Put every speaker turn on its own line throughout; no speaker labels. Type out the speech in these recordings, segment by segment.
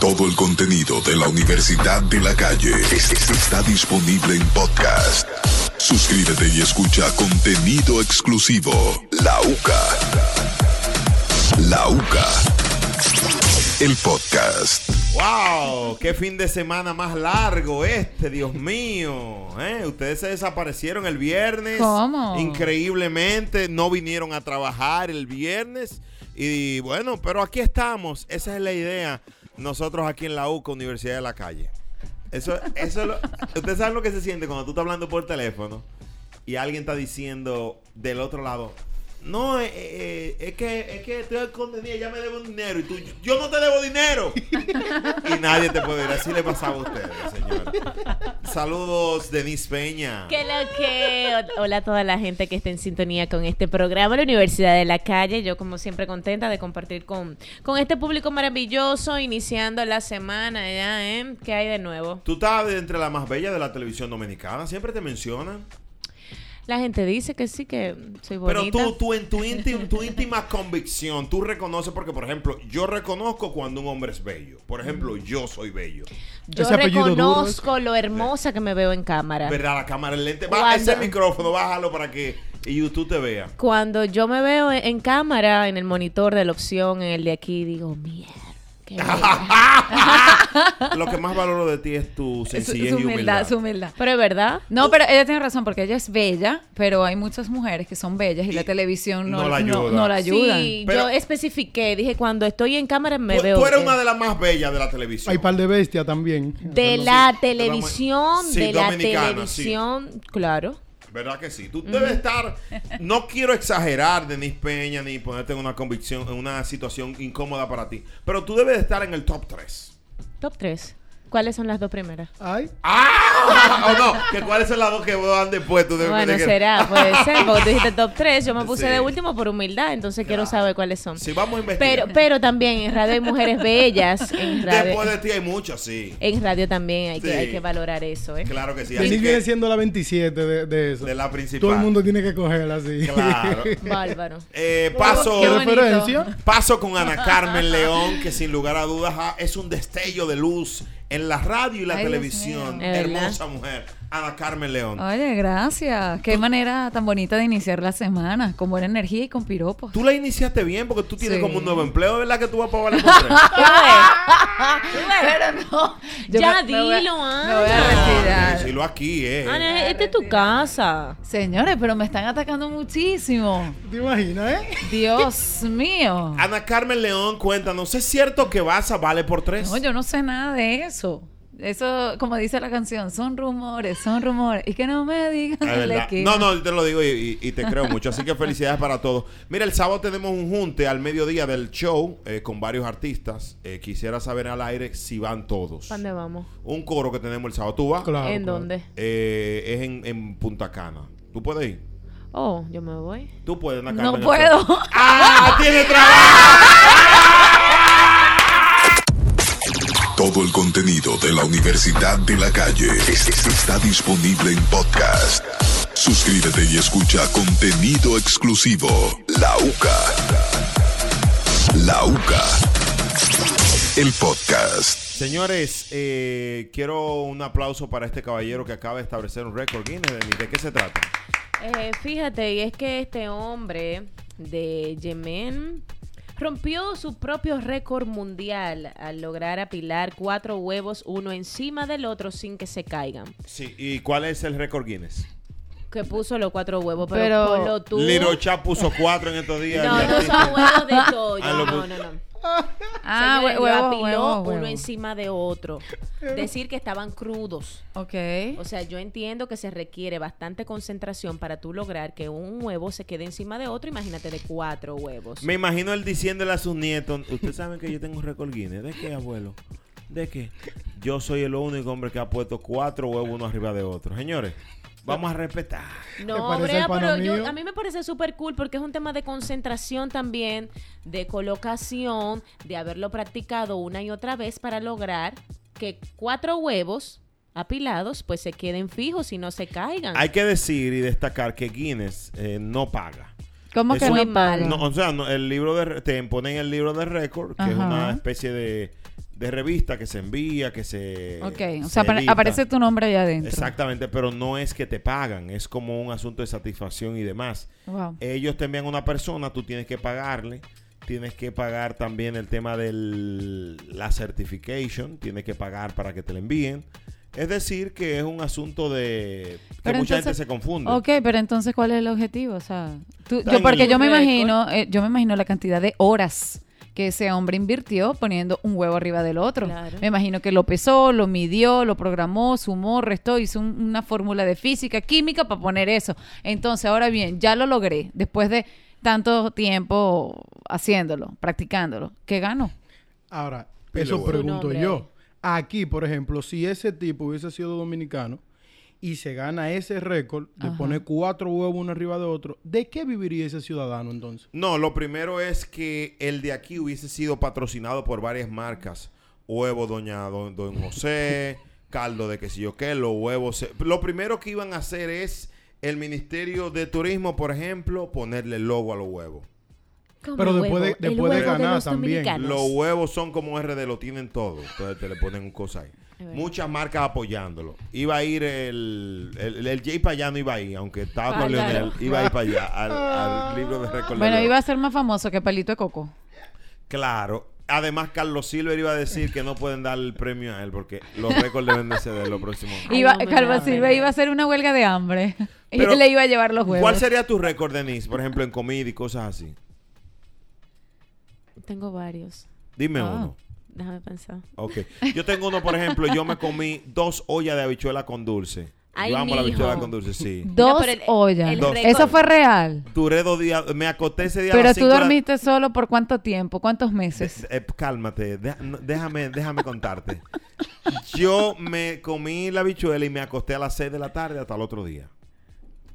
Todo el contenido de la Universidad de la Calle es- es- está disponible en podcast. Suscríbete y escucha contenido exclusivo. La UCA. La UCA. El podcast.
¡Wow! ¡Qué fin de semana más largo este, Dios mío! ¿eh? Ustedes se desaparecieron el viernes.
¿Cómo?
Increíblemente, no vinieron a trabajar el viernes. Y bueno, pero aquí estamos. Esa es la idea. Nosotros aquí en la UCA, Universidad de la Calle. Eso, eso es lo- Ustedes saben lo que se siente cuando tú estás hablando por teléfono y alguien está diciendo del otro lado. No, eh, eh, eh, es que es que estoy al contenido, ya me debo dinero. Y tú, yo no te debo dinero. y nadie te puede ir. Así le pasaba a ustedes, señor. Saludos, Denise Peña.
¿Qué lo que? O- Hola a toda la gente que está en sintonía con este programa, la Universidad de la Calle. Yo, como siempre, contenta de compartir con, con este público maravilloso, iniciando la semana ya, ¿eh? ¿Qué hay de nuevo?
Tú estás de entre las más bellas de la televisión dominicana. Siempre te mencionan.
La gente dice que sí, que soy
Pero
bonita.
tú, tú en tu, íntim- tu íntima convicción, tú reconoces, porque, por ejemplo, yo reconozco cuando un hombre es bello. Por ejemplo, yo soy bello.
Yo
Ese apellido
reconozco
¿eh?
lo hermosa que me veo en cámara.
¿Verdad? La cámara es lente. Va,
Cuando-
ese micrófono, bájalo para que YouTube te vea.
Cuando yo me veo e-, en- en cámara, en el monitor de la opción, en el de aquí, digo, mierda. qué bella".
Lo que más valoro de ti es tu
Su,
sencillez
su
y humildad.
humildad, su humildad.
Pero es verdad.
No, pero ella tiene razón, porque ella es bella, pero hay muchas mujeres que son bellas y, la televisión no,
no la
no- no la
ayuda.
ayuda.
Sí,
Pero-
yo especifiqué, dije cuando estoy en cámara me
Tú,
veo.
tú eres
bien.
una de las más bellas de la televisión.
Hay par de bestia también.
de la
domi-
televisión,
sí,
de la
dominicana,
televisión, claro.
¿Verdad que sí? Tú debes estar. No quiero exagerar, Denis Peña, ni ponerte en una convicción, en una situación incómoda para ti. Pero tú debes de estar en el top 3.
Top 3. ¿Cuáles son las dos primeras?
Ay,
¡Ah! ¿O no? ¿Que ¿Cuáles son las dos que van después? Tú debes
Bueno,
de que-
será, puede ser, porque tú dijiste top 3, yo me puse
Sí.
de último por humildad, entonces quiero
Claro.
saber cuáles son.
Sí, vamos a investigar.
Pero pero también en radio hay mujeres bellas, en radio,
después de ti hay muchas, sí.
en radio también hay, que,
Sí.
hay que valorar eso, ¿eh?
Claro que sí. así
Denise
que-
viene siendo la 27 de, de eso.
de la principal.
Todo el mundo tiene que cogerla así.
Claro.
Bárbaro.
Eh,
Oh,
paso.
Qué
¿Qué
bonito.
referencia?
Paso con Ana Carmen León, que sin lugar a dudas ah, es un destello de luz en la radio y la
Ay, Dios
televisión.
mío. Es verdad.
Hermosa mujer, Ana Carmen León.
Oye, gracias. Qué manera tan bonita de iniciar la semana, con buena energía y con piropos.
Tú la iniciaste bien porque tú tienes
Sí.
como un nuevo empleo, ¿verdad? Que tú vas para Vale Potrero?
Pero no. Yo
Ya
me- me voy a-
dilo, Ana.
Me voy a
No,
retirar.
Decirlo aquí, eh.
Ana, esta Ah, es tu casa.
Señores, pero me están atacando muchísimo.
¿Te imaginas, eh?
Dios mío.
Ana Carmen León, cuéntanos, ¿es cierto que vas a Vale por Tres?
No, yo no sé nada de eso. Eso, como dice la canción, son rumores, son rumores. Y que no me digan
Es
de la
Ah, verdad.
esquina.
No, no, yo te lo digo y, y- y te creo mucho. Así que felicidades para todos. Mira, el sábado tenemos un junte al mediodía del show eh, con varios artistas. Eh, quisiera saber al aire si van todos.
¿Dónde vamos?
Un coro que tenemos el sábado. ¿Tú vas?
Claro,
¿En
claro.
dónde?
Eh, es en, en Punta Cana. ¿Tú puedes ir?
Oh, yo me voy.
Tú puedes, Ana
No
Carmen.
puedo.
¡Ah! ¡Tiene trabajo!
Todo el contenido de la Universidad de la Calle es- es- está disponible en podcast. Suscríbete y escucha contenido exclusivo. La UCA. La UCA. El podcast.
Señores, eh, quiero un aplauso para este caballero que acaba de establecer un récord Guinness. ¿De, de qué se trata?
Eh, fíjate, y es que este hombre de Yemen rompió su propio récord mundial al lograr apilar cuatro huevos uno encima del otro sin que se caigan.
Sí. ¿Y cuál es el récord Guinness?
Que puso los cuatro huevos, pero,
Pero-
ponlo tú.
Little Chap puso cuatro en estos días.
No,
El
no
artista-
son huevos de todo.
Ah, lo
No, no,
pus-
no.
Ah,
Señores,
hue-
lo
huevo,
apiló
huevo,
uno
huevo.
encima de otro. Decir que estaban crudos.
Ok.
O sea, yo entiendo que se requiere bastante concentración para tú lograr que un huevo se quede encima de otro. Imagínate de cuatro huevos.
Me imagino él diciéndole a sus nietos, ustedes saben que yo tengo un récord Guinness. ¿De qué, abuelo? ¿De qué? Yo soy el único hombre que ha puesto cuatro huevos uno arriba de otro. Señores, vamos a respetar.
¿Te
No,
parece
Brea,
el pana
pero yo,
mío?
a mí me parece súper cool porque es un tema de concentración también, de colocación, de haberlo practicado una y otra vez para lograr que cuatro huevos apilados pues se queden fijos y no se caigan.
Hay que decir y destacar que Guinness eh, no paga.
¿Cómo
Es
que
un-
no
mal.
mal?
No, o sea, no, el libro de re- te ponen el libro de récord, que es
Ajá.
una especie de, de revista que se envía, que se.
ok, o
se
sea, apare-
edita.
aparece tu nombre allá adentro.
Exactamente, pero no es que te pagan, es como un asunto de satisfacción y demás.
Wow.
Ellos te envían una persona, tú tienes que pagarle. Tienes que pagar también el tema de la certification, tienes que pagar para que te la envíen. Es decir, que es un asunto de que
Pero
mucha
entonces-
gente se confunde.
Ok, pero entonces, ¿cuál es el objetivo? O sea, tú-
Está
yo,
en
porque
el
yo me
récord.
imagino, eh, yo me imagino la cantidad de horas que ese hombre invirtió poniendo un huevo arriba del otro.
Claro.
Me imagino que lo pesó, lo midió, lo programó, sumó, restó, hizo un- una fórmula de física, química para poner eso. Entonces, ahora bien, ya lo logré después de tanto tiempo haciéndolo, practicándolo. ¿Qué gano?
Ahora,
Pile
eso
huevo.
pregunto
Un hombre
yo. Aquí, por ejemplo, si ese tipo hubiese sido dominicano y se gana ese récord de
Ajá.
poner cuatro huevos uno arriba de otro, ¿de qué viviría ese ciudadano entonces?
No, lo primero es que el de aquí hubiese sido patrocinado por varias marcas. Huevo Doña Don, Don José, caldo de que si yo qué, los huevos. se- Lo primero que iban a hacer es el Ministerio de Turismo, por ejemplo, ponerle el logo a los huevos.
Come
Pero
el
después
huevo,
de-
el
después de
huevo
ganar
los
también.
dominicanos.
Los huevos son como RD, lo tienen todo. Entonces te le ponen un cosa ahí.
verdad.
Muchas marcas apoyándolo. Iba a ir el. El, el Jay Payano iba ahí, aunque estaba con
Claro. Ah.
Leonel. Iba a ir para allá, al, al libro de récord. de
Bueno,
Leonel.
iba a ser más famoso que Palito de Coco.
Claro. Además, Carlos Silver iba a decir que no pueden dar el premio a él porque los récords deben de ceder los próximos.
Ay,
Iba,
no me
Calva
da
Silva
pena.
iba a hacer una huelga de hambre. Y
Pero,
le iba a llevar los huevos.
¿Cuál sería tu récord, Denise? Por ejemplo, en comida y cosas así.
Tengo varios.
Dime
Ah.
uno.
Déjame pensar.
Ok. Yo tengo uno, por ejemplo, yo me comí dos ollas de habichuela con dulce.
Ay,
yo amo la
mijo.
habichuela con dulce, sí.
No,
Dos
pero el-
ollas.
el
Dos. récord.
Eso fue real.
Duré dos días, me acosté ese día. a
Pero
las
tú
cinco de la-
dormiste solo por cuánto tiempo, cuántos meses.
Eh, cálmate, deja- no, déjame, déjame contarte. Yo me comí la habichuela y me acosté a las 6 de la tarde hasta el otro día.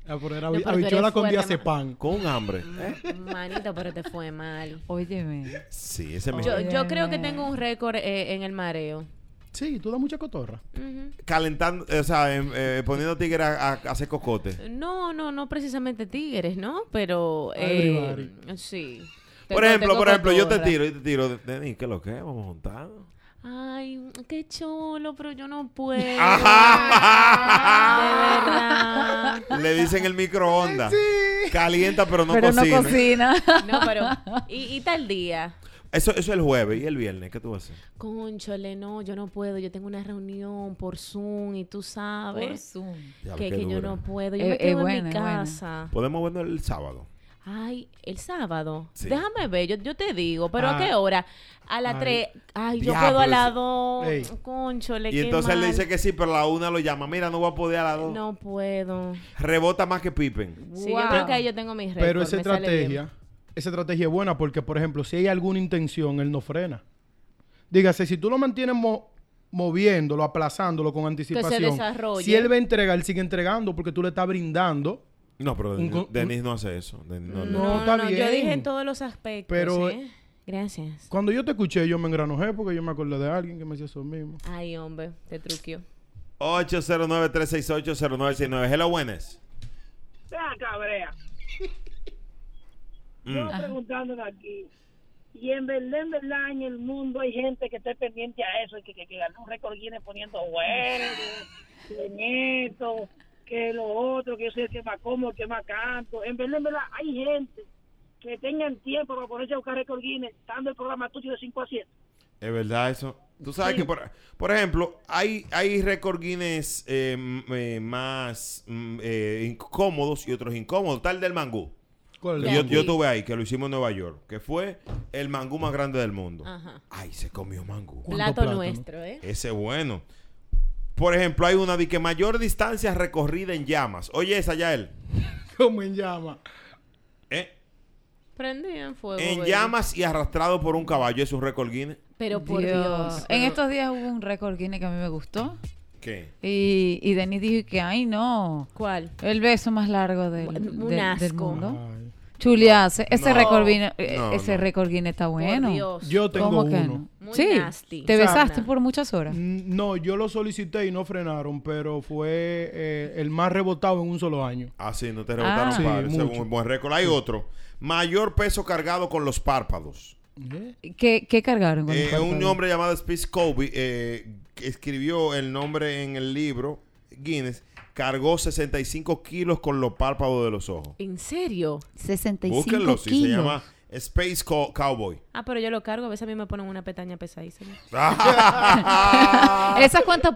A poner
No, pero tú
habichuela
eres
con
fuerte,
diazepam.
Con hambre. ¿eh?
Manito, pero te fue mal.
Óyeme.
Sí, ese es mi
Yo, yo creo que
Óyeme.
tengo un récord eh, en el mareo.
Sí, tú das mucha cotorra.
Ujú.
calentando, eh, o sea, em, eh, poniendo tigre a, a- a hacer cocote.
No, no, no precisamente tigres, ¿no? Pero... Eh,
Everybody.
sí.
Por
Tengo-
ejemplo,
tengo
por ejemplo, yo te
cotorra.
tiro, yo te tiro, Denis, ¿qué es lo que? es? Vamos juntando.
Ay, qué chulo, pero yo no puedo. Ah.
Ajá.
De verdad.
Le dicen el microondas. Calienta pero no
Pero
cocina.
no cocina.
No, pero. Y, y tal día.
Eso, eso es el jueves y el viernes, ¿qué tú vas a hacer?
Conchole, no, yo no puedo. Yo tengo una reunión por Zoom y tú
Por
sabes
Zoom.
Ya,
que,
qué
que yo
dura.
no puedo. Yo
Eh,
me
eh,
quedo en
buena,
mi
es buena.
casa.
Podemos vernos el sábado.
Ay, el sábado.
Sí.
Déjame ver, yo, yo te digo, pero ¿a
Ah.
qué hora? A las
Ay.
3. Ay, yo
Diablo,
puedo a
ese-
las 2.
Ey.
Conchole,
y
qué
entonces él le
mal.
dice que sí, pero la una lo llama. Mira, no voy a poder a las dos.
No puedo.
Rebota más que Pippen.
Sí,
Wow.
yo creo que ahí yo tengo mis récords.
Pero esa
me sale bien.
estrategia, esa estrategia es buena porque, por ejemplo, si hay alguna intención, él no frena. Dígase, si tú lo mantienes mo- moviéndolo, aplazándolo con anticipación,
desarrolle.
si él va a entregar, él sigue entregando porque tú le estás brindando,
No, pero
Un
Denis,
co-
Denis no hace eso. Denis no- no.
No. está
Yo
bien.
dije en todos los aspectos.
Pero-
¿eh? Gracias.
Cuando yo te escuché, yo me engranojé porque yo me acordé de alguien que me hacía eso mismo.
Ay, hombre, te truqueó.
809-368-0969. Hello, buenas.
Sea cabrea.
Mm.
Yo preguntándole aquí. Y en verdad, en verdad, en el mundo hay gente que esté pendiente a eso y que, que, que ganó un récord Guinness poniendo huevos, que en esto, que lo otro, que yo soy el que más como, el que más canto. En verdad, en verdad, hay gente que tengan tiempo para ponerse a buscar récord Guinness, dando el programa tuyo de 5 a 7.
Es verdad eso. Tú sabes que, por, por ejemplo, hay, hay récord Guinness eh, m- eh, más mm, eh, incómodos y otros incómodos. Tal del mangú.
¿Cuál es?
Yo, yo
aquí.
tuve ahí, que lo hicimos en Nueva York, que fue el mangú más grande del mundo.
Ajá.
Ay, se comió mangú.
¿Cuánto
Plato
plátano?
nuestro, ¿eh?
Ese es bueno. Por ejemplo, hay una de que mayor distancia recorrida en llamas. Oye, esa, Yael.
¿Cómo en llama?
¿Eh?
Prendido en fuego.
En
baby.
llamas y arrastrado por un caballo. Es un récord Guinness.
Pero por Dios.
Dios. En
pero-
estos días hubo un récord Guinness que a mí me gustó.
¿Qué?
Y, y Denis dijo que, ay, no.
¿Cuál?
El beso más largo del,
Un
del- del
asco.
mundo.
Ay.
Chuliase. Ese
Ah. No.
récord Guinness- eh,
No,
ese
no.
récord Guinness está bueno.
Por Dios.
Yo tengo
¿Cómo que
uno.
no?
Muy
sí.
nasty.
Te
O sea,
besaste
na-
por muchas horas.
Mm, No, yo lo solicité y no frenaron, pero fue eh, el más rebotado en un solo año.
Ah, sí, no te rebotaron,
Ah. Sí,
padre. Ese es
mucho.
un buen récord. Hay otro. Mayor peso cargado con los párpados.
¿Qué, qué cargaron? con el
Mm. Eh,
cuerpo
un
de-
hombre llamado Spitz Kobe eh, que escribió el nombre en el libro Guinness. Cargó 65 kilos con los párpados de los ojos.
¿En serio?
65
Búsquenlo, si se
kilos.
llama Space Co- Cowboy.
Ah, pero yo lo cargo, a veces a mí me ponen una petaña pesadísima.
¿Esas cuántas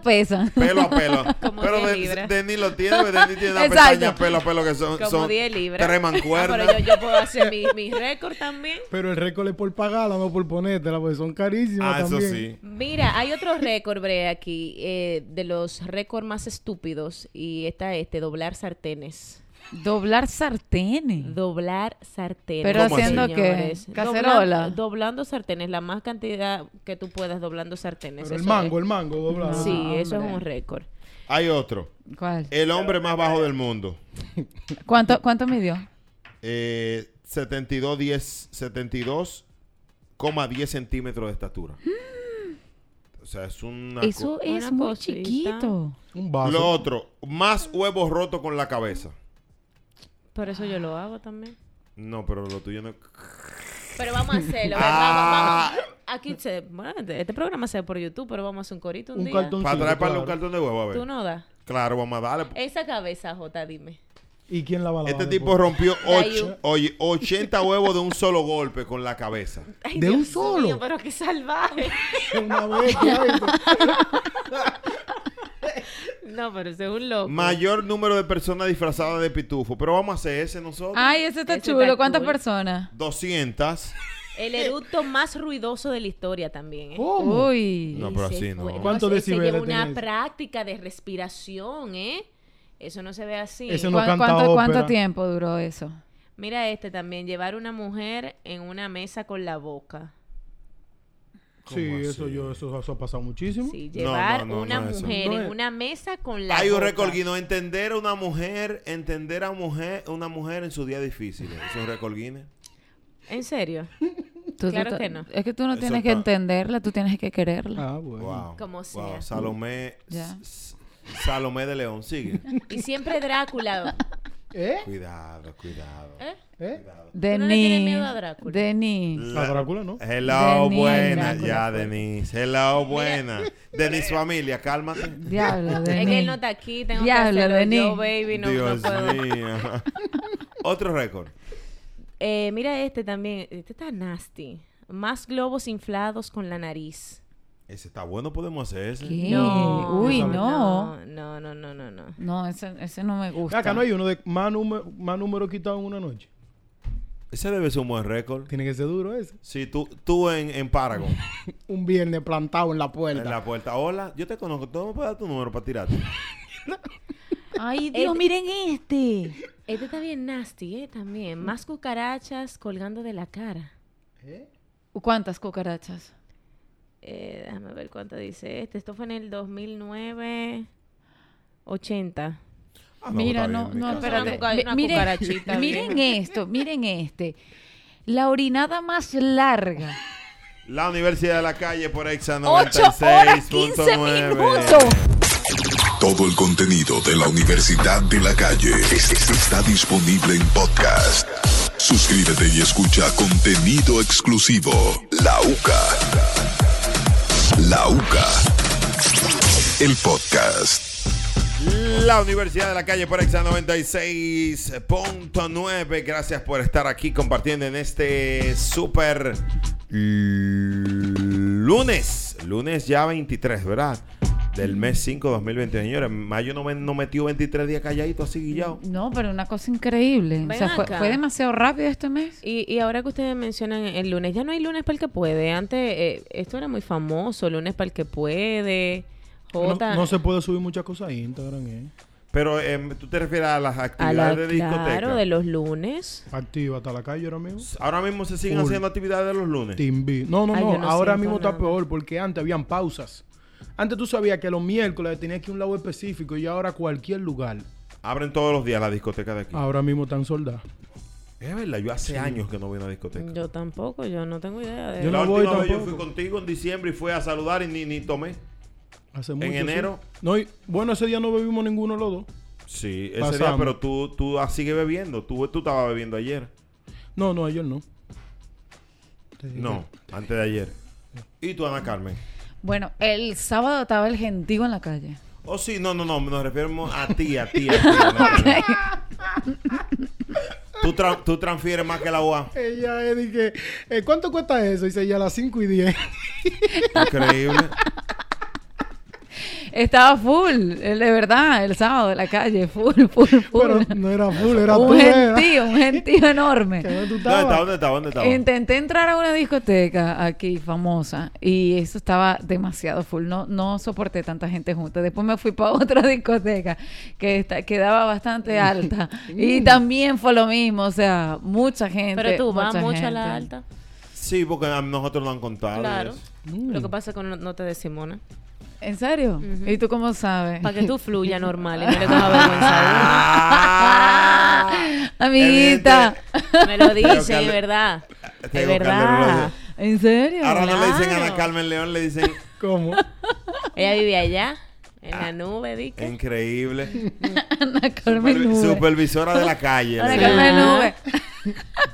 pesan?
pelo a pelo.
Como
Pero
10
Den-
libras.
Denis lo tiene, porque Denis tiene una
Exacto.
pestaña pelo a pelo que son,
Como
son
10 libras.
tres
Ah,
mancuernas.
pero yo, yo puedo hacer mi, mi récord también.
Pero el récord es por pagarla, no por ponértela, porque son carísimas
ah, eso
también.
sí.
Mira, hay otro récord, Brea, aquí, eh, de los récords más estúpidos, y está este, doblar sartenes.
Doblar sartenes.
Doblar sartenes.
Pero
¿Cómo haciendo así?
qué?
señores.
¿Cacerola?
Doblan- doblando sartenes, la más cantidad que tú puedas doblando sartenes.
Pero el
eso
mango,
es.
el mango doblado.
Sí,
Ah,
eso es
hombre.
un récord.
Hay otro.
¿Cuál?
El hombre más bajo del mundo.
¿Cuánto, ¿Cuánto midió?
Eh, 72, 10, 72,10 centímetros de estatura. O sea, es una... co-
Eso
Una
es muy
cosita.
chiquito.
Un vaso.
Lo otro, más huevos rotos con la cabeza.
Por eso yo lo hago también.
No, pero lo tuyo no...
Pero vamos a hacerlo, ¿verdad?
Ah.
Vamos, vamos. Aquí se, bueno, este este programa se ve por YouTube, pero vamos a hacer un corito un,
un
día.
cartón.
Para traer para un cartón de huevo, a
Tú
ver.
no das.
Claro, vamos a darle.
Esa cabeza, Jota, dime.
¿Y quién la pues? va a lavar
Este
después?
tipo rompió
Dayu.
ocho, oye, 80 huevos de un solo golpe con la cabeza.
Ay,
¿De un
Dios
solo?
mío, pero qué salvaje.
Una bestia, ¿viste?
No, pero ese es un loco.
Mayor número de personas disfrazadas de pitufo. Pero vamos a hacer ese nosotros.
Ay, ese está
Ese
chulo.
está
¿Cuántas
cool.
personas?
200.
El eructo más ruidoso de la historia también. ¿eh?
¿Cómo?
Uy.
No, pero
Ese
así
fue-
no.
¿Cuántos
ese
decibeles
lleva una
tenés?
práctica de respiración, ¿eh? Eso no se ve así.
Ese no
¿Cuán-
canta
cuánto, cuánto
ópera.
tiempo duró eso?
Mira este también, llevar una mujer en una mesa con la boca.
Sí,
¿Cómo
eso
así?
yo, eso, eso ha pasado muchísimo.
Sí,
No,
llevar
no, no,
una
no, eso
mujer
no
en
es.
una mesa con la
Hay un
boca.
récord Guinness. Entender a una mujer, entender a mujer, una mujer en sus días difíciles. ¿eh? Es un récord Guinness.
¿En serio?
Tú- tú-
Claro
tú-
que no.
Es que tú no
Eso
tienes que
está-
entenderla, tú tienes que quererla.
Ah, bueno.
Wow.
Como
Wow.
sea.
Salomé.
Ya.
S- S- Salomé de León. Sigue.
Y siempre Drácula.
¿Eh?
Cuidado, cuidado.
¿Eh?
¿Eh?
Denis.
no le tienes miedo a Drácula?
Denis.
La Drácula, ¿no?
Hello,
Denise,
buena.
Drácula
ya, Denise. Hello, buena. Denise, familia, cálmate.
Diablo,
Es
Denis.
que él no está aquí, tengo
Diablo,
que hacerlo
Denis.
yo, baby, no, no
Dios
puedo.
mío. Otro récord.
Eh, mira este también, este está nasty. Más globos inflados con la nariz.
Ese está bueno, podemos hacer ese.
¿Qué? Uy, no.
No, no, no, no, no.
No, ese, ese no me gusta.
Acá no hay uno de más, número, más número quitado en una noche.
Ese debe ser un buen récord.
Tiene que ser duro ese.
Si tú, tú en, en Paragon,
Un viernes plantado en la puerta.
en la puerta, hola, yo te conozco, tú me puedes dar tu número para tirarte.
Ay, Dios,
Este-
miren este.
Este está bien nasty, eh, también. Más cucarachas colgando de la cara.
¿Cuántas cucarachas?
Eh, déjame ver cuánto dice este. Esto fue en el 2009, 80.
Ah, no,
Mira,
está
no,
bien, mi
no,
casa
espérate.
bien.
Una cuca-
Mi-
una
miren,
cucarachita,
miren
bien.
esto, miren este. La orinada más larga.
La Universidad de la Calle por Exa
8 horas 15 minutos.
96.9.
Todo el contenido de la Universidad de la Calle es- es- está disponible en podcast. Suscríbete y escucha contenido exclusivo. La UCA. La UCA. El podcast.
La Universidad de la Calle por Exa 96.9. Gracias por estar aquí compartiendo en este super lunes. Lunes ya 23, ¿verdad? Del mes 5 2020, señores. Mayo no, me, no metió 23 días calladito así guillado.
No, pero una cosa increíble. O
Ven
sea, fue,
acá.
fue demasiado rápido este mes.
Y, y ahora que ustedes mencionan el lunes, ya no hay lunes para el que puede. Antes eh, esto era muy famoso, lunes para el que puede.
No,
Jota,
no se puede subir muchas cosas a Instagram, ¿eh?
Pero em, tú te refieres a las
a
actividades
la,
de discoteca.
claro, de los lunes.
Activa hasta la calle ahora mismo.
Ahora mismo se siguen
Full.
haciendo actividades de los lunes.
Timbi. No, no,
Ay,
no.
yo no
Ahora
siento
mismo está
nada.
peor porque antes habían pausas. Antes tú sabías que los miércoles tenías que ir a un lado específico y ahora cualquier lugar.
Abren todos los días la discoteca de aquí.
Ahora mismo están soldadas.
Es verdad, yo hace años que no voy a una
Mm.
discoteca.
Yo tampoco, yo no tengo idea de
Yo
la
no voy
última vez yo
tampoco.
fui contigo en diciembre y fui a saludar y ni, ni tomé.
Hace mucho, sí.
enero?
No, y- bueno, ese día no bebimos ninguno de los dos.
Sí, ese
Pasamos.
día, pero tú, tú ah, sigues bebiendo. Tú, tú estabas bebiendo ayer.
No, no, ayer no. antes de
No, antes de ayer. ¿Y tú, Ana Carmen?
Bueno, el sábado estaba el gentío en la calle.
Oh, sí, no, no, no, nos referimos a ti, a ti, a ti. Ana Carmen. tú, tra- tú transfieres más que la UA.
Ella eh, dije, eh, ¿cuánto cuesta eso? Y dice ella a las 5 y 10.
Increíble.
Estaba full, eh, de verdad, el sábado en la calle, full, full,
Pero
full.
no era full, era tú.
un
era.
gentío, un gentío
Que no
enorme.
tú
¿Dónde está?
estabas.
¿Dónde está? ¿Dónde está?
Intenté entrar a una discoteca aquí famosa y eso estaba demasiado full. No, no soporté tanta gente junta. Después me fui para otra discoteca que está, quedaba bastante alta y también fue lo mismo. O sea, mucha gente.
Pero tú vas
mucha
mucho a la
gente.
alta.
Sí, porque a nosotros nos han contado. y
Claro.
eso.
Lo que pasa es que no, no te desimona.
¿En serio?
Ujú.
¿Y tú cómo sabes?
Para que tú fluya normal. y no le coja vergüenza.
Ah,
Amiguita.
a uno. Me lo
Pero
dice,
Carmen-
es verdad.
Tengo
Es
que hablarlo
verdad.
de-
¿En serio?
Ahora no le dicen
Claro.
Ana Carmen León, le dicen
¿Cómo?
Ella vive allá, en
Ah.
la nube, di que.
increíble.
Ana Carmen
Supervi-
Nube.
supervisora de la calle.
Ana
le
Carmen-
dicen.
Carmen
Ajá.
Nube.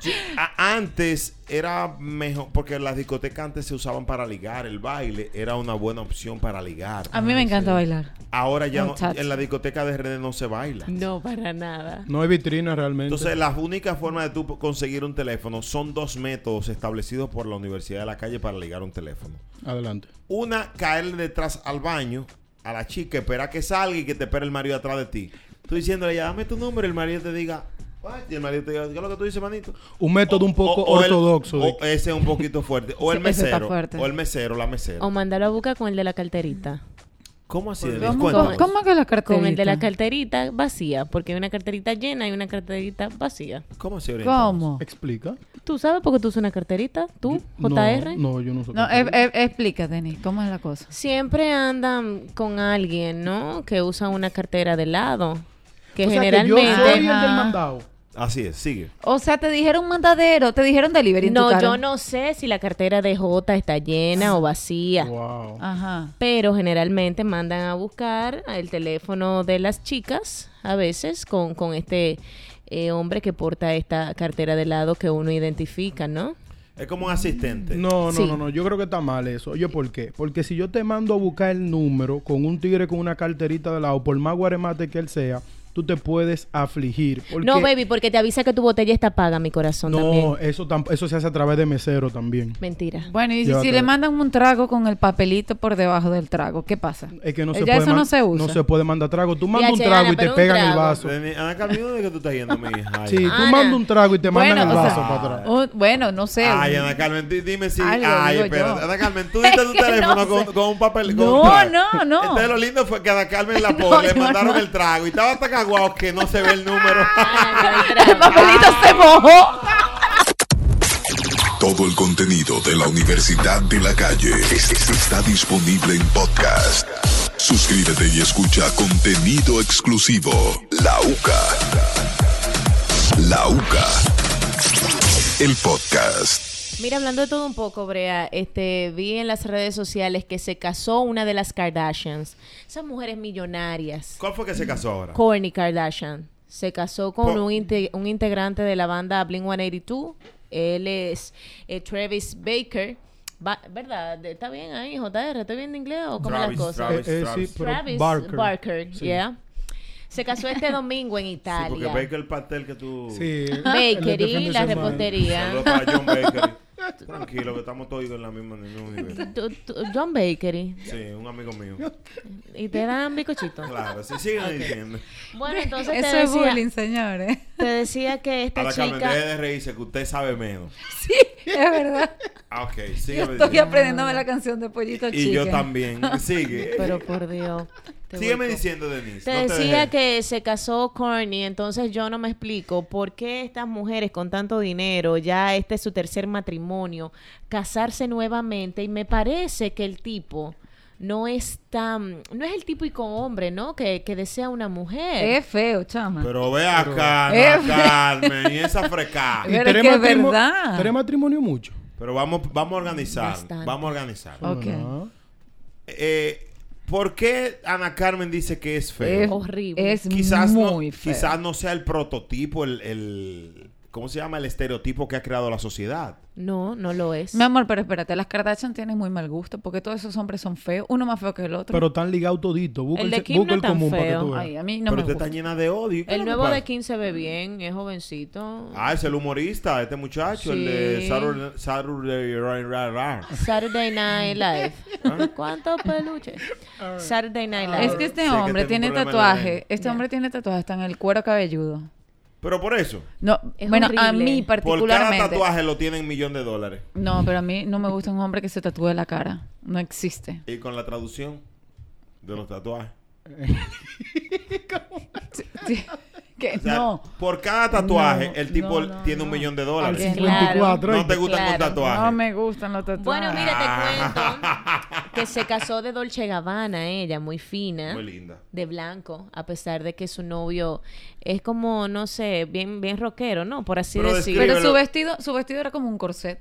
Yo- a- antes era mejor, porque las discotecas antes se usaban para ligar, el baile era una buena opción para ligar.
A mí me encanta bailar.
Ahora ya no-
Ah, Muchacho.
en la discoteca de redes no se baila.
No, para nada.
No hay vitrina realmente.
Entonces, la única forma de tú po- conseguir un teléfono son dos métodos establecidos por la Universidad de la Calle para ligar un teléfono.
Adelante.
Una, caerle detrás al baño a la chica, esperar que salga y que te espere el marido atrás de ti. Tú diciéndole, ya dame tu número, el marido te diga, "What?" y el marido te diga, ¿qué es lo que tú dices, manito?
Un método un poco
O- o el-
ortodoxo.
o ese es un poquito fuerte. O el
Sí, ese está
mesero.
fuerte.
O el mesero, la mesera.
O mándalo a buscar con el de la carterita.
¿Cómo así? Denis?
¿Cómo,
Cuéntame.
cómo, cómo que la carterita?
Con el de la carterita vacía, porque hay una carterita llena y una carterita vacía.
¿Cómo así orientamos?
¿Cómo?
Explica.
¿Tú sabes por qué tú usas una carterita? ¿Tú?
No,
¿JR?
No, yo no soy.
No,
católico.
e- e- explica, Denis, ¿cómo es la cosa?
Siempre andan con alguien, ¿no? Que usa una cartera de lado. Que
O sea yo soy
generalmente...
el del
Ajá.
mandado.
Así es, sigue.
O sea, te dijeron mandadero, te dijeron delivery en tu
No,
cara.
yo no sé si la cartera de J está llena o vacía.
Wow.
Ah,
Ajá.
Pero generalmente mandan a buscar el teléfono de las chicas, a veces, con, con este eh, hombre que porta esta cartera de lado que uno identifica, ¿no?
Es como un asistente.
No, no,
Sí.
no, no. Yo creo que está mal eso. Oye, ¿por qué? Porque si yo te mando a buscar el número con un tigre con una carterita de lado, por más guaremate que él sea, tú te puedes afligir. Porque-
No, baby, porque te avisa que tu botella está paga, mi corazón
No, eh.
también.
eso, tam- eso se hace a través de mesero también.
Mentira.
Bueno, y si,
Llévatelo.
si le mandan un trago con el papelito por debajo del trago, ¿qué pasa?
Es que no
Eh,
se
ya
puede
eso no
man-
se usa.
No se puede mandar trago. Tú mandas un
Chilena,
trago y te
pero un
pegan el
trago.
vaso.
Denis, Ana Carmen, ¿dónde es que tú estás yendo, mi hija? Ay,
Sí, tú
Ah,
Ana.
mandas un trago y te mandan
Bueno,
el
o
vaso
sea,
para atrás.
un- Oh, bueno, no sé.
Ay,
un-
Ana Carmen, di- dime si.
Algo
Ay,
digo yo.
espérate. Ana Carmen, tú diste tu
Es que no
teléfono con,
sé.
con un papel. con
No,
un trago.
no, no.
Entonces lo lindo fue que a Ana Carmen la
No,
pobre le
yo
mandaron
no.
el trago y estaba tan caguado que no se ve el número.
el papelito se mojó.
Todo el contenido de la Universidad de la Calle es- es- está disponible en podcast. Suscríbete y escucha contenido exclusivo. La UCA. La UCA. El podcast.
Mira, hablando de todo un poco, Brea, este, vi en las redes sociales que se casó una de las Kardashians. Esas mujeres millonarias.
¿Cuál fue que se casó ahora?
Kourtney Kardashian. Se casó con
Por-
un, inte- un integrante de la banda Blink-182. Él es eh, Travis Baker. Va- ¿Verdad? De- ¿Está bien ahí, JR? ¿Estoy bien de inglés o cómo las
Travis,
cosas?
Travis,
Eh, eh,
Travis.
sí, pero
Travis Barker,
Barker. Sí.
yeah. Se casó este domingo en
Sí, porque
Italia.
Baker el pastel que tú.
Sí, el de fin
Bakery,
de
la
semana.
Saludos
repostería.
para John Baker. Tranquilo, que estamos todos en la misma en el mismo nivel.
Tú- tú- John Bakery.
Sí, un amigo mío.
Y te dan bicochito.
Claro, sí, siguen diciendo.
Bueno, entonces
Eso
te
es
decía,
bullying, señores.
te decía que
A
esta
la Carmen, deje
chica...
de reírse, que usted sabe menos.
Sí, es verdad.
Ah, ok,
Yo
sigue
estoy aprendiéndome la canción de Pollito Chicken.
Y yo también. Sigue.
Pero por Dios. te
Sígueme
voy con-
diciendo, Denise.
Te
no te
decía
dejes.
que se casó Corny, entonces yo no me explico por qué estas mujeres con tanto dinero, ya este es su tercer matrimonio, casarse nuevamente y me parece que el tipo no es tan, no es el típico hombre, ¿no? Que, que desea una mujer.
Es feo, chama.
Pero ve acá,
Eh,
Ana Carmen, y esa frecada.
Y
Pero es
tres
que es
matrimo-
verdad.
tres matrimonio mucho.
Pero vamos, vamos a organizar.
Bastante.
Vamos a organizar.
Ok.
Ah.
Eh, ¿Por qué Ana Carmen dice que es feo?
Es
horrible.
Es
quizás,
muy
no,
feo.
quizás no sea el prototipo, el, el, ¿cómo se llama? El estereotipo que ha creado la sociedad.
No, no lo es.
Mi amor, pero espérate, las Kardashian tienen muy mal gusto porque todos esos hombres son feos, uno más feo que el otro.
Pero están ligados toditos. Busca
El
el,
de
se-
Kim
busca
no
el
tan
común para que
feo.
tú veas.
Ay, a mí no
pero
me
usted
gusta.
está llena de odio. ¿Qué es
El
lo que
nuevo
pasa?
de 15 ve bien, es jovencito.
Ah, es el humorista, este muchacho, el de
Sí.
Saturday, Saturday Night Live.
Saturday Night Live.
¿Ah?
¿Cuántos peluches? Saturday Night Live.
Es que este
Sí, que
hombre
tengo
tiene
un problema en la
tatuaje, este hombre tiene tatuaje, está en el cuero cabelludo.
Pero por eso,
No,
Es
bueno, a
horrible.
mí
por cada
particularmente.
tatuaje lo tienen un millón de dólares.
No, pero a mí no me gusta un hombre que se tatúe la cara. No existe.
Y con la traducción de los tatuajes.
Sí. Que
O sea,
no.
Por cada tatuaje,
No,
el tipo
no, no,
tiene un
no.
millón de
Al
dólares.
Claro.
54.
No te gustan con
Claro.
tatuajes.
No me gustan los tatuajes.
Bueno,
Ah.
mira, te cuento que se casó de Dolce Gabbana, ella, muy fina.
Muy linda.
de blanco, a pesar de que su novio es como, no sé, bien, bien rockero, ¿no? Por así
Pero
decirlo.
Pero su
Escríbelo.
vestido, su vestido era como un corset.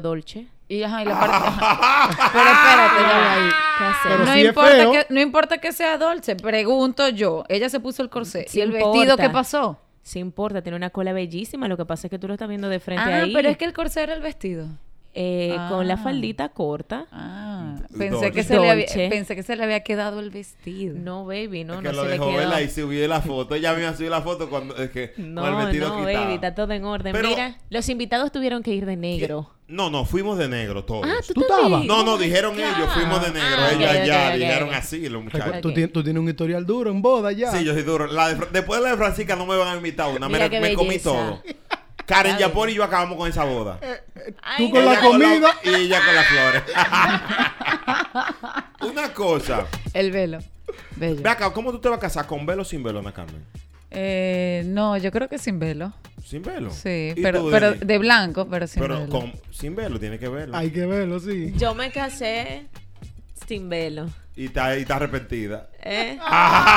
Dolce.
Y ajá, y la parte. ajá.
Ah.
Pero espérate, ya va ahí.
¿Qué hacer?
Pero
no,
sí es
importa
feo.
que, no importa que sea Dolce, pregunto yo. Ella se puso el corsé.
Sí
¿Y el
importa.
vestido qué pasó?
Sí importa, tiene una cola bellísima, lo que pasa es que tú lo estás viendo de frente
ah,
ahí.
pero es que el corsé era el vestido.
eh,
Ah.
Con la faldita corta.
Ah,
Mm. Dolce.
pensé que, se le había,
Dolce.
pensé que se le había quedado el vestido.
No, baby, no,
Es
no
que lo
se le
dejó
quedó.
verla y subió la foto. Ella misma subió la foto cuando, es que,
No,
con el
no,
vestido quitado.
baby, está todo en orden.
Pero-
Mira, los invitados tuvieron que ir de negro.
No, no, fuimos de negro todos.
Ah, tú,
¿Tú
también?
estabas?
No, no, dijeron
Claro.
ellos, fuimos de negro.
Ah,
ellos
ok, ok,
allá
ok,
dijeron
ok.
así, los
Recu-
muchachos.
Tú,
Ok.
tienes- tú tienes un historial duro en boda ya.
Sí, yo soy duro. La de Fra- después de la de Francisca no me van a invitar una. Me,
Mira
la-
qué
me comí
belleza.
todo. Karen
Está Eh,
Yapor y yo acabamos con esa boda.
Ay,
Tú con la
Ella
comida.
y ella con las flores. una cosa.
El velo. Bello.
Ve acá, ¿cómo tú te vas a casar? ¿Con velo o sin velo, Ana Carmen?
Eh, no, yo creo que sin velo.
Sin velo.
Sí,
¿Y
pero,
tú,
pero
Denis?
de blanco, pero sin
Pero
velo.
con, sin velo, tiene que verlo.
Hay que verlo, sí.
Yo me casé sin velo.
Y está, y está arrepentida.
¿eh?
Ah.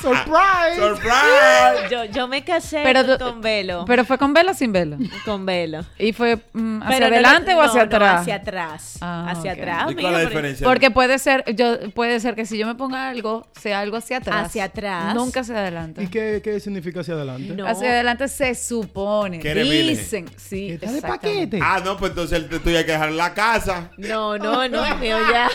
¡Surprise!
¡Surprise!
Yo, yo me casé
Pero tú-
con velo.
Pero fue con velo o sin velo.
con velo.
¿Y fue mm, hacia
Pero no,
adelante
no,
o hacia
no,
atrás?
hacia atrás.
Ah,
hacia
ok.
atrás.
¿Y cuál
mira,
es la
porque-
diferencia?
Porque puede ser, yo puede ser que si yo me ponga algo, sea algo hacia atrás.
Hacia atrás.
Nunca hacia adelante.
¿Y qué, qué significa hacia adelante?
No.
Hacia adelante se supone.
Que eres virgen.
Dicen. Sí.
Que está de
exactamente.
paquete.
Ah, no, pues entonces el- tú ya hay que dejar la casa.
No, no, no, mío, ya.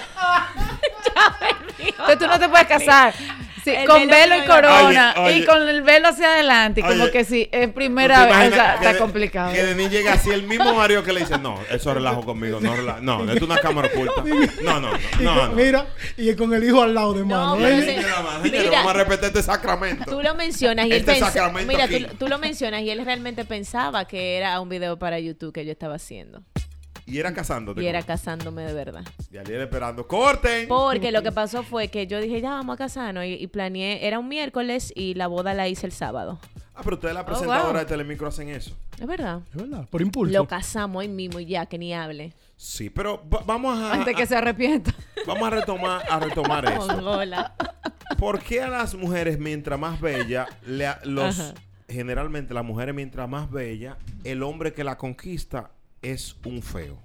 Entonces tú no te puedes casar. Sí,
El
con
velo
velo
no
y
iba-
corona.
Oye, oye.
y con el velo hacia adelante. Y como
Oye,
que sí, es
¿Tú te
primera vez. O
imaginas
sea,
que
está
de-
complicado.
Que Denis llega así, el mismo Mario que le dice, no, eso relajo conmigo, no, rela- no, esto es una cámara oculta. No, no,
Y
no,
con-
no.
Mira, y con el hijo al lado de mano.
pero
¿eh?
sí.
Señora, señora,
Mira.
vamos a respetar este sacramento.
Tú lo mencionas y él
Este
pensa-
Sacramento
Mira,
King.
tú, tú lo mencionas y él realmente pensaba que era un video para YouTube que yo estaba haciendo.
Y era casándote.
Y era
con-
casándome de verdad.
Y al ir esperando, corten.
Porque lo que pasó fue que yo dije, ya vamos a casarnos. Y, y planeé, era un miércoles y la boda la hice el sábado.
Ah, pero ustedes la presentadora
wow.
de Telemicro hacen eso.
Es verdad.
Es verdad, por impulso.
Lo casamos ahí mismo y ya, que ni hable.
Sí, pero va- vamos a,
Antes que
a-
se arrepienta.
vamos a retomar, a retomar eso.
Mongola.
¿Por qué a las mujeres mientras más bella, le a- los generalmente las mujeres mientras más bella, el hombre que la conquista es un feo?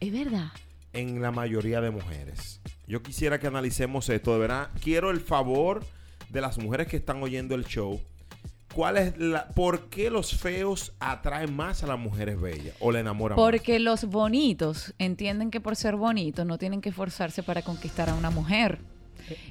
Es verdad.
en la mayoría de mujeres. Yo quisiera que analicemos esto, de verdad. Quiero el favor de las mujeres que están oyendo el show. ¿Cuál es la, ¿Por qué los feos atraen más a las mujeres bellas o le enamoran más?
Porque los bonitos entienden que por ser bonitos no tienen que esforzarse para conquistar a una mujer.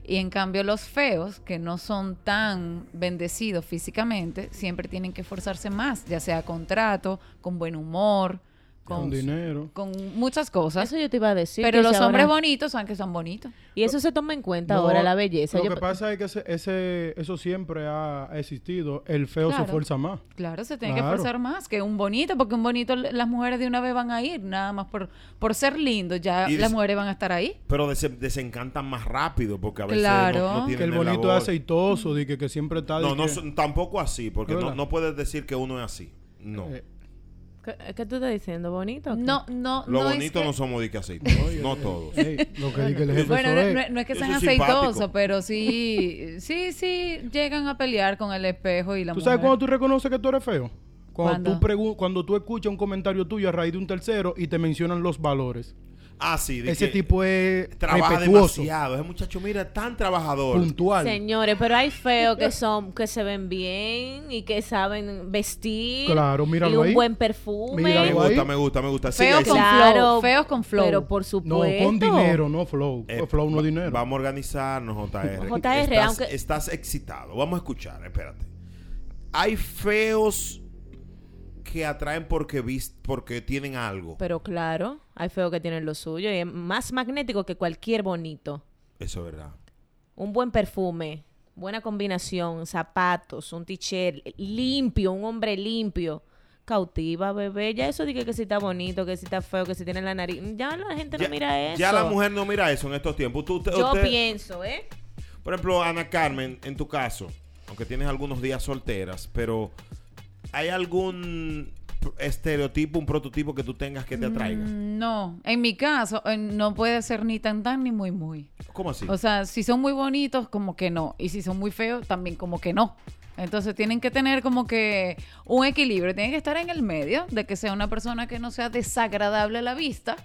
Y en cambio los feos, que no son tan bendecidos físicamente, siempre tienen que esforzarse más, ya sea contrato, con buen humor,
Con
con,
dinero.
con muchas cosas.
Eso yo te iba a decir.
Pero
que
los
si ahora-
hombres bonitos saben que son bonitos.
Y eso se toma en cuenta
No,
ahora, la belleza.
Lo
Yo-
que pasa es que ese, ese- eso siempre ha existido. El feo
Claro.
se esfuerza más.
Claro, se tiene que
Claro.
esforzar más que un bonito, porque un bonito l- las mujeres de una vez van a ir, nada más por, por ser lindo, ya
Y
las
des-
mujeres van a estar ahí.
Pero dese- desencantan más rápido porque a veces
Claro.
no, no
Que
Que
tienen
el bonito
labor.
es aceitoso, de que, que siempre está. de
No, no,
que-
son- tampoco así, porque no,
Ah, ¿Verdad?
no puedes decir que uno es así. No.
Eh,
¿Qué, qué tú estás diciendo? ¿Bonito? o qué?
No, no,
Los
no es
bonitos
que-
no somos de que aceitosos, no todos.
ey, lo que diga el jefe
Bueno,
eso
no,
es.
no- no es que
Eso
sean
es simpático.
aceitosos, pero sí, sí, sí llegan a pelear con el espejo y la
¿Tú
mujer.
sabes cuando tú reconoces que tú eres feo? Cuando,
¿Cuándo?
Tú pregun- cuando tú escuchas un comentario tuyo a raíz de un tercero y te mencionan los valores.
Ah, sí. de
Ese
que
tipo es
Trabaja
respetuoso,
demasiado. Ese muchacho, mira, tan trabajador.
puntual.
Señores, pero hay feos que son, que se ven bien y que saben vestir.
Claro, míralo
Y un
ahí.
buen perfume.
Me
Míralo ahí.
gusta, me gusta, me gusta. Sí,
Feo
ahí sí.
con
Claro,
flow, feos con flow.
Pero por
No,
supuesto.
con dinero, no flow. Pues
Eh,
flow no
va-
dinero.
Vamos a organizarnos, JR.
JR,
estás,
aunque-
estás excitado. Vamos a escuchar, espérate. Hay feos que atraen porque vis- porque tienen algo.
Pero claro, hay feos que tienen lo suyo y es más magnético que cualquier bonito.
Eso es verdad.
Un buen perfume, buena combinación, zapatos, un t-shirt limpio, un hombre limpio. Cautiva, bebé. Ya eso dije que si está bonito, que si está feo, que si tiene la nariz. Ya la gente no mira eso.
ya la mujer no mira eso en estos tiempos. Tú- usted-
Yo
usted-
pienso, ¿eh?
Por ejemplo, Ana Carmen, en tu caso, aunque tienes algunos días solteras, pero ¿hay algún pr- estereotipo, un prototipo que tú tengas que te
Mm.
atraiga?
No, en mi caso eh, no puede ser ni tan tan ni muy muy.
¿Cómo así?
O sea, si son muy bonitos, como que no. Y si son muy feos, también como que no. Entonces tienen que tener como que un equilibrio. Tienen que estar en el medio de que sea una persona que no sea desagradable a la vista.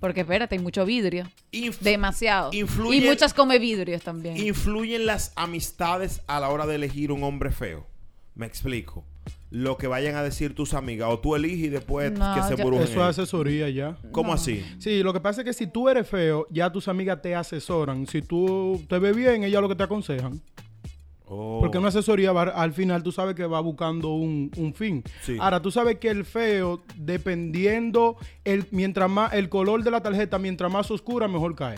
Porque espérate, hay mucho vidrio.
Inf-
Demasiado.
influye-
Y muchas come vidrios también.
¿Influyen las amistades a la hora de elegir un hombre feo? Me explico. Lo que vayan a decir tus amigas, o tú eliges y después
No,
que se
yo-
burlen.
Eso es asesoría ya.
¿Cómo así?
Sí, lo que pasa es que si tú eres feo, ya tus amigas te asesoran. Si tú te ves bien, ellas lo que te aconsejan.
Oh.
Porque una asesoría va- al final tú sabes que va buscando un, un fin.
Sí.
Ahora, tú sabes que el feo, dependiendo, el, mientras más, el color de la tarjeta, mientras más oscura, mejor cae.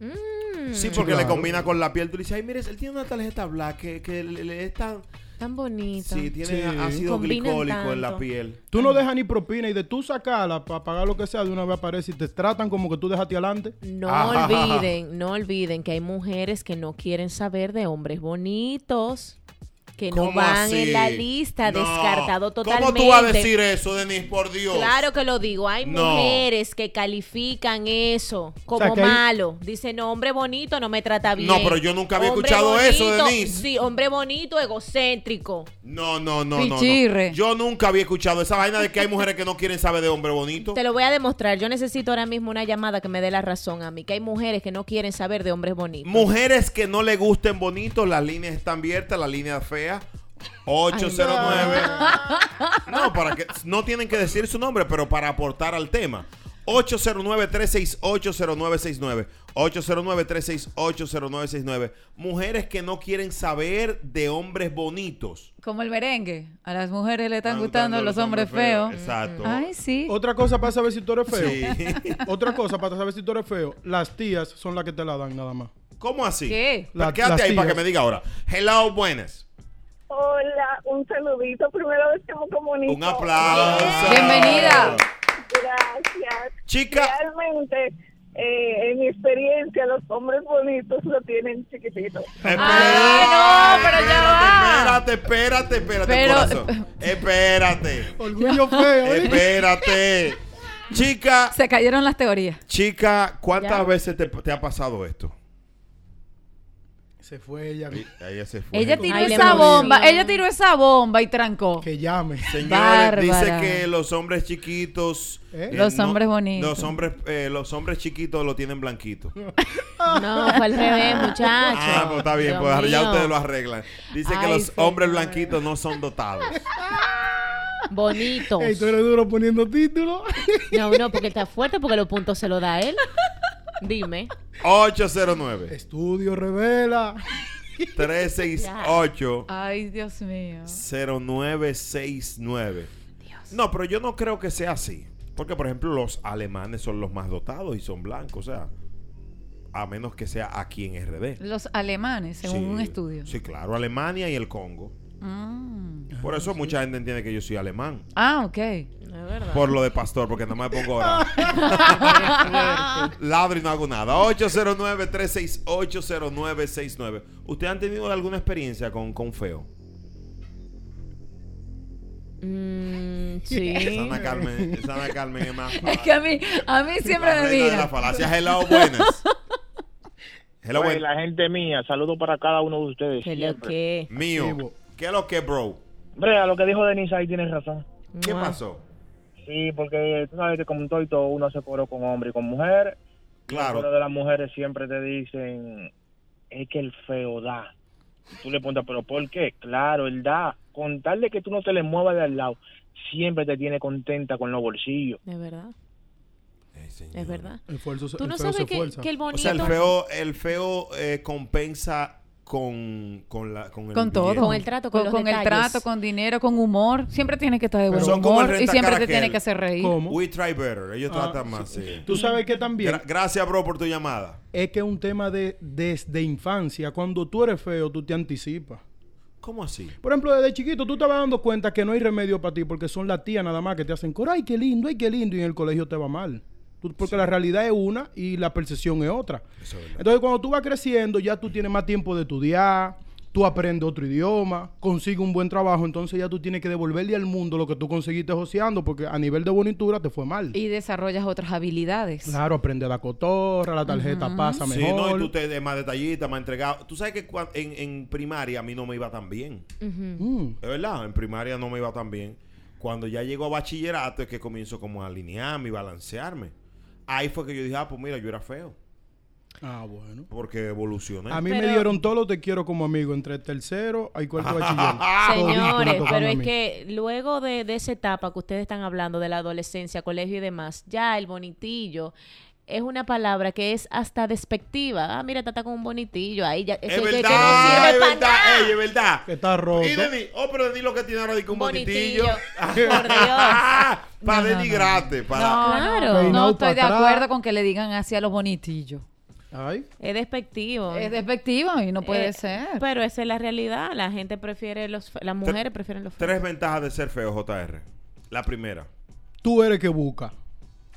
Mm. Sí, porque le
Claro.
combina con la piel. Tú le dices, ay, mire, él tiene una tarjeta black que, que le, le es tan...
Tan bonito.
Sí, tiene
Sí.
ácido
Combinan
glicólico en la
tanto.
piel.
Tú no dejas ni propina y de tú sacarla para pagar lo que sea, de una vez aparece y te tratan como que tú dejaste adelante.
No
Ah.
olviden, no olviden que hay mujeres que no quieren saber de hombres bonitos, que no
¿Cómo
van
así?
en la lista,
No.
descartado totalmente.
¿Cómo tú vas a decir eso, Denis? Por Dios.
Claro que lo digo, hay
No.
mujeres que califican eso como
sea, que hay-
malo. Dicen, no, hombre bonito no me trata bien.
No, pero yo nunca había
Hombre
escuchado eso,
bonito-
Denise.
Sí, hombre bonito, egocéntrico.
No, no, no, no, no.
Pichirre.
Yo nunca había escuchado esa vaina de que hay mujeres que no quieren saber de hombre bonito.
Te lo voy a demostrar. Yo necesito ahora mismo una llamada que me dé la razón a mí, que hay mujeres que no quieren saber de hombres bonitos.
Mujeres que no le gusten bonitos, las líneas están abiertas, la línea fea. 809. No, para que no tienen que decir su nombre, pero para aportar al tema. 809-368-0969. 809-368-0969. Mujeres que no quieren saber de hombres bonitos.
Como el merengue. A las mujeres le están
Están
gustando, los hombres feos. Mm.
Exacto.
Ay, sí.
Otra cosa para saber si tú eres feo.
Sí.
Otra cosa para saber si tú eres feo. Las tías son las que te la dan nada más.
¿Cómo así? Pues
¿Qué?
La-
Quédate
las
ahí para que
tías.
me diga ahora. Hello, buenas.
Hola, un saludito. Primera vez que me comunico.
Un aplauso.
Bienvenida.
Gracias.
Chica,
Realmente, eh, en mi experiencia, los hombres bonitos lo tienen chiquitito.
Ay, no, pero ya
espérate, Espérate, espérate,
Pero- eh,
espérate, corazón. Espérate.
Orgullo feo, ¿eh?
Espérate. Chica,
Se cayeron las teorías.
chica, ¿cuántas
Ya.
veces te, te ha pasado esto?
Se fue ella.
Ella se fue.
Ella tiró
Ay, le
esa
movió.
bomba. Ella tiró esa bomba y trancó.
Que llame.
Señores, dice
Bárbara.
que los hombres chiquitos.
¿Eh?
Los hombres bonitos.
Los hombres, eh, los hombres chiquitos lo tienen blanquito.
No, fue al revés, muchachos.
Ah, pues está bien,
Dios
pues ya
mío.
ustedes lo arreglan. Dice que
Ay,
los hombres
señor.
blanquitos no son dotados.
Bonitos.
Ey, tú eres duro poniendo títulos.
No, no, porque está fuerte, porque los puntos se los da él. Dime.
809
Estudio revela.
368
Ay, Dios mío.
0969. No, pero yo no creo que sea así. Porque, por ejemplo, los alemanes son los más dotados y son blancos. O sea, a menos que sea aquí en RD.
Los alemanes, según
Sí.
un estudio.
Sí, claro, Alemania y el Congo.
Mm.
Por eso mucha gente entiende que yo soy alemán.
Ah, ok.
Es verdad.
Por lo de pastor, porque no me pongo ahora. Ladro y no hago nada. 809-368-0969. ¿Ustedes han tenido alguna experiencia con, con feo?
Mm, sí.
Sana Carmen, Sana Carmen es más.
Es que a mí, a mí siempre
la
me
reina de la
mira.
falacia. Hello, buenas. Hello,
Güey,
buenas.
la gente mía, saludos para cada uno de ustedes.
Que lo
siempre.
que.
Mío.
Vivo.
¿Qué es lo que, bro?
Brea, lo que dijo Denise ahí tienes razón.
¿Qué
Mua.
pasó?
Sí, porque tú sabes que como todo y todo uno se coro con hombre y con mujer.
Claro.
Pero de las mujeres siempre te dicen, es que el feo da. Y tú le preguntas, ¿pero por qué? Claro, él da. Con tal de que tú no te le muevas de al lado, siempre te tiene contenta con los bolsillos.
Es verdad,
Ay, señor.
es verdad.
El, esfuerzo se-
Tú
el
no
feo se
sabes que,
esfuerza.
que el bonito...
O sea, el feo, el feo eh, compensa con, con, la, con el
Con todo.
billete.
Con el trato, con los
el
detalles.
trato, con dinero, con humor. Siempre tienes que estar de buen
son como el
humor y siempre te
rentacarajel.
tiene que hacer reír.
¿Cómo?
We try better. Ellos
Ah,
tratan más, sí.
Tú sabes que también
Gra- gracias, bro, por tu llamada.
es que es un tema de desde infancia. Cuando tú eres feo, tú te anticipas.
¿Cómo así?
Por ejemplo, desde chiquito tú te vas dando cuenta que no hay remedio para ti porque son las tías nada más que te hacen coro. Ay, qué lindo, ay, qué lindo. Y en el colegio te va mal. Tú- porque la realidad es una y la percepción es otra.
Eso es verdad.
Entonces, cuando tú vas creciendo, ya tú tienes más tiempo de estudiar, tú aprendes otro idioma, consigues un buen trabajo. Entonces, ya tú tienes que devolverle al mundo lo que tú conseguiste joseando porque a nivel de bonitura te fue mal.
Y desarrollas otras habilidades.
Claro, aprende la cotorra, la tarjeta pasa
Sí,
mejor.
no, y tú te de más detallista, más entregado. Tú sabes que cua- en, en primaria a mí no me iba tan bien.
Mm.
Es verdad, en primaria no me iba tan bien. Cuando ya llego a bachillerato es que comienzo como a alinearme y balancearme. Ahí fue que yo dije, ah, pues mira, yo era feo.
Ah, bueno.
Porque evolucioné.
A mí me
Pero-
dieron todo lo te quiero como amigo entre tercero y cuarto de bachiller.
Ah,
Todito me
Señores,
tocaron
pero
a
es
mí.
que luego de, de esa etapa que ustedes están hablando de la adolescencia, colegio y demás, ya el bonitillo es una palabra que es hasta despectiva. Ah, mira, está con un bonitillo ahí, ya,
Es
eso ya- que no
verdad,
sirve
es
pa'
verdad,
nada.
ey, es verdad.
Que está roto.
Y Denis, oh, pero Denis lo que tiene ahora es que un
Un
bonitillo.
bonitillo. Por Dios.
para
No, no, no.
denigrarte, para...
No,
Claro.
no, no
Peinado
estoy
pa'
de
atrás.
acuerdo con que le digan así a los bonitillos.
Ay,
Es despectivo.
Es despectivo y no puede
Eh,
ser.
Pero esa es la realidad. La gente prefiere los... fe- Las mujeres prefieren los... feos.
Tres ventajas de ser feo, JR. La primera.
tú eres que busca.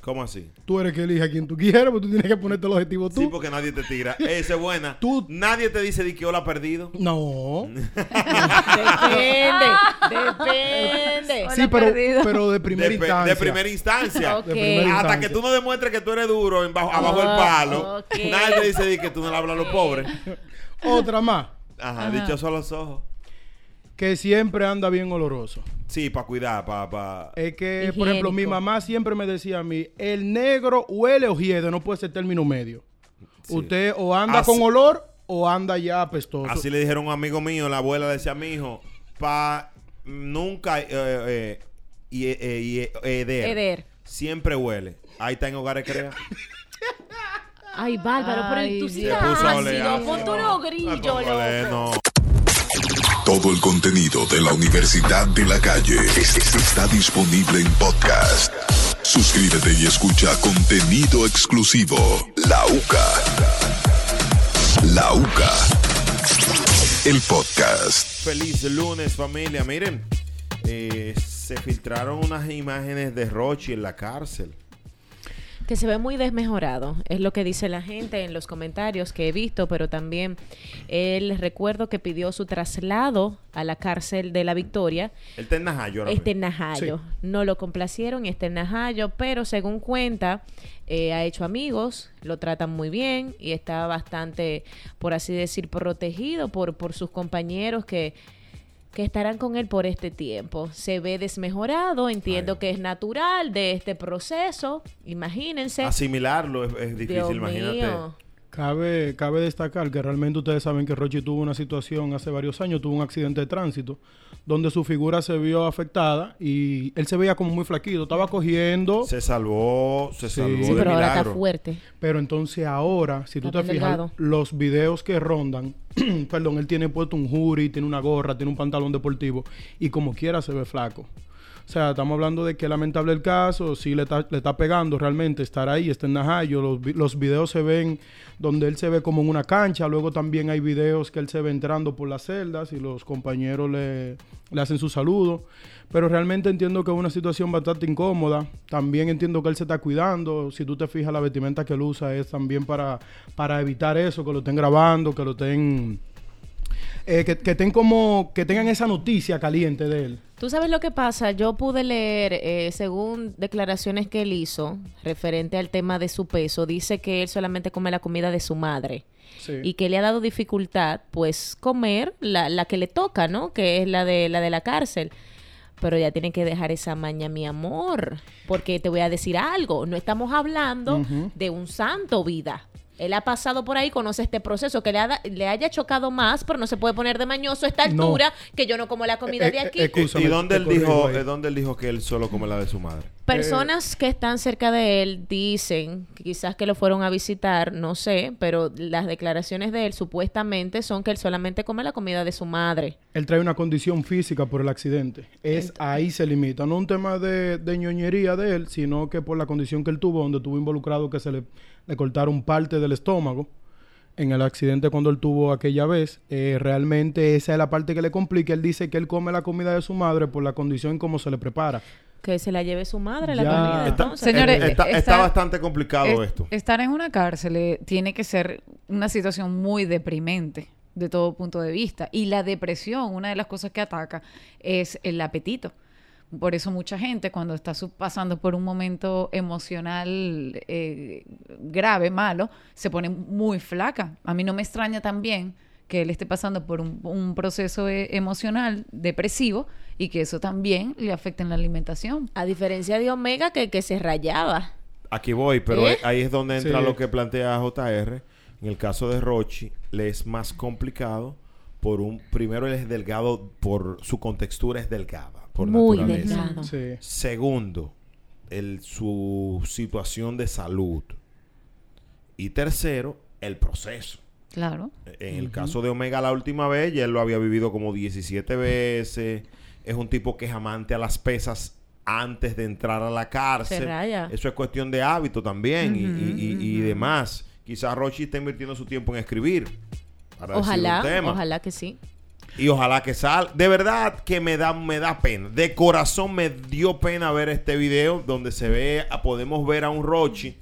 ¿Cómo así?
Tú eres que elige a quien tú quieres, pero tú tienes que ponerte el objetivo tú.
Sí, porque nadie te tira. Esa es buena.
Tú-
Nadie te dice de que hola perdido.
No.
Depende, depende.
sí, pero,
perdido.
pero de primera
de, pe- de
instancia.
primera instancia.
Ok.
De primera
Hasta
instancia.
que tú no demuestres que tú eres duro en bajo- abajo del
Oh,
palo,
ok.
nadie te dice de que tú no le hablas a los pobres.
Otra más,
Ajá, dichosos los ojos.
que siempre anda bien oloroso.
Sí, para cuidar, para... Pa...
Es que, por ejemplo, mi
Higiénico.
mamá siempre me decía a mí, el negro huele o hiede, no puede ser término medio.
Sí.
Usted o anda
Así-
con olor o anda ya apestoso.
Así le dijeron a un amigo mío, la abuela le decía a mi hijo, pa nunca eh, eh, y- eh, y- eh, heder.
Heder.
Siempre huele. Ahí está en hogares crea.
Ay, bárbaro, pero
Ay,
tú Ah, sí
Dios.
estás
Se puso a oler
ácido.
ácido.
Ponte unos grillos,
Ah, pues, huele,
loco.
no.
Todo el contenido de la Universidad de la Calle es- es- está disponible en podcast. Suscríbete y escucha contenido exclusivo. La UCA. La UCA. El podcast.
Feliz lunes, familia. Miren, eh, se filtraron unas imágenes de Rochi en la cárcel.
Que se ve muy desmejorado, es lo que dice la gente en los comentarios que he visto, pero también el recuerdo que pidió su traslado a la cárcel de la Victoria,
Él está en Najayo ahora
este
mismo.
Najayo. No lo complacieron y este Najayo, pero según cuenta, eh, ha hecho amigos, lo tratan muy bien y está bastante, por así decir, protegido por, por sus compañeros que, que estarán con él por este tiempo. Se ve desmejorado, entiendo
Ay.
que es natural de este proceso, imagínense.
Asimilarlo es, Ah, es difícil,
Dios
imagínate.
mío.
Cabe, cabe destacar que realmente ustedes saben que Rochi tuvo una situación hace varios años, tuvo un accidente de tránsito, donde su figura se vio afectada y él se veía como muy flaquito, estaba cogiendo,
Se salvó, se
Sí.
salvó
Sí,
Sí,
de
pero ahora está
milagro.
fuerte.
pero entonces ahora, si tú
Está
te
bien
fijas,
delgado.
los videos que rondan, perdón, él tiene puesto un jury, tiene una gorra, tiene un pantalón deportivo y como quiera se ve flaco. O sea, estamos hablando de que es lamentable el caso, sí le está, le está pegando realmente estar ahí, está en Najayo, los, vi- los videos se ven donde él se ve como en una cancha, luego también hay videos que él se ve entrando por las celdas y los compañeros le, le hacen su saludo, pero realmente entiendo que es una situación bastante incómoda, también entiendo que él se está cuidando, si tú te fijas la vestimenta que él usa es también para, para evitar eso, que lo estén grabando, que lo estén... eh, que, que estén como que tengan esa noticia caliente de él.
Tú sabes lo que pasa, yo pude leer, eh, según declaraciones que él hizo, referente al tema de su peso, dice que él solamente come la comida de su madre
Sí.
y que le ha dado dificultad, pues, comer la, la que le toca, ¿no? Que es la de la, de la cárcel. Pero ya tienen que dejar esa maña, mi amor. Porque te voy a decir algo. No estamos hablando de un santo vida. Él ha pasado por ahí, conoce este proceso, que le, ha- le haya chocado más, pero no se puede poner de mañoso a esta
No.
altura que yo no como la comida
Eh,
de
eh,
aquí.
eh, Escúchame,
¿Y dónde
te
él, dijo,
corrijo ahí.
eh, dónde él dijo que él solo come la de su madre?
Personas que están cerca de él dicen, que quizás que lo fueron a visitar, no sé, pero las declaraciones de él supuestamente son que él solamente come la comida de su madre.
Él trae una condición física por el accidente. Es ahí se limita. No un tema de, de ñoñería de él, sino que por la condición que él tuvo, donde estuvo involucrado que se le, le cortaron parte del estómago en el accidente cuando él tuvo aquella vez. eh, realmente esa es la parte que le complica. Él dice que él come la comida de su madre por la condición en cómo se le prepara.
Que se la lleve su madre la
Ya.
comida.
Está-
entonces.
Señores,
Eh, está,
esta-
está bastante complicado
Es-
esto.
Estar en una cárcel eh, tiene que ser una situación muy deprimente de todo punto de vista. Y la depresión, una de las cosas que ataca es el apetito. Por eso mucha gente cuando está su- pasando por un momento emocional eh, grave, malo, se pone muy flaca. A mí no me extraña también que él esté pasando por un, un proceso eh, emocional depresivo y que eso también le afecte en la alimentación.
A diferencia de Omega, que, que se rayaba.
Aquí voy, pero
¿Eh?
eh, ahí es donde entra
Sí.
lo que plantea JR. En el caso de Rochi, le es más complicado por un... Primero, él es delgado por... Su contextura es delgada, por
Muy
naturaleza.
delgado.
Sí.
Segundo, el, su situación de salud. Y tercero, el proceso.
Claro.
En el caso de Omega, la última vez, ya él lo había vivido como 17 veces. Es un tipo que es amante a las pesas antes de entrar a la cárcel.
Se raya.
Eso es cuestión de hábito también y- y, y- y demás. Quizás Rochi está invirtiendo su tiempo en escribir. para decir
Ojalá,
un tema.
ojalá que sí.
Y ojalá que salga. De verdad que me da, me da pena. De corazón me dio pena ver este video donde se ve, a- podemos ver a un Rochi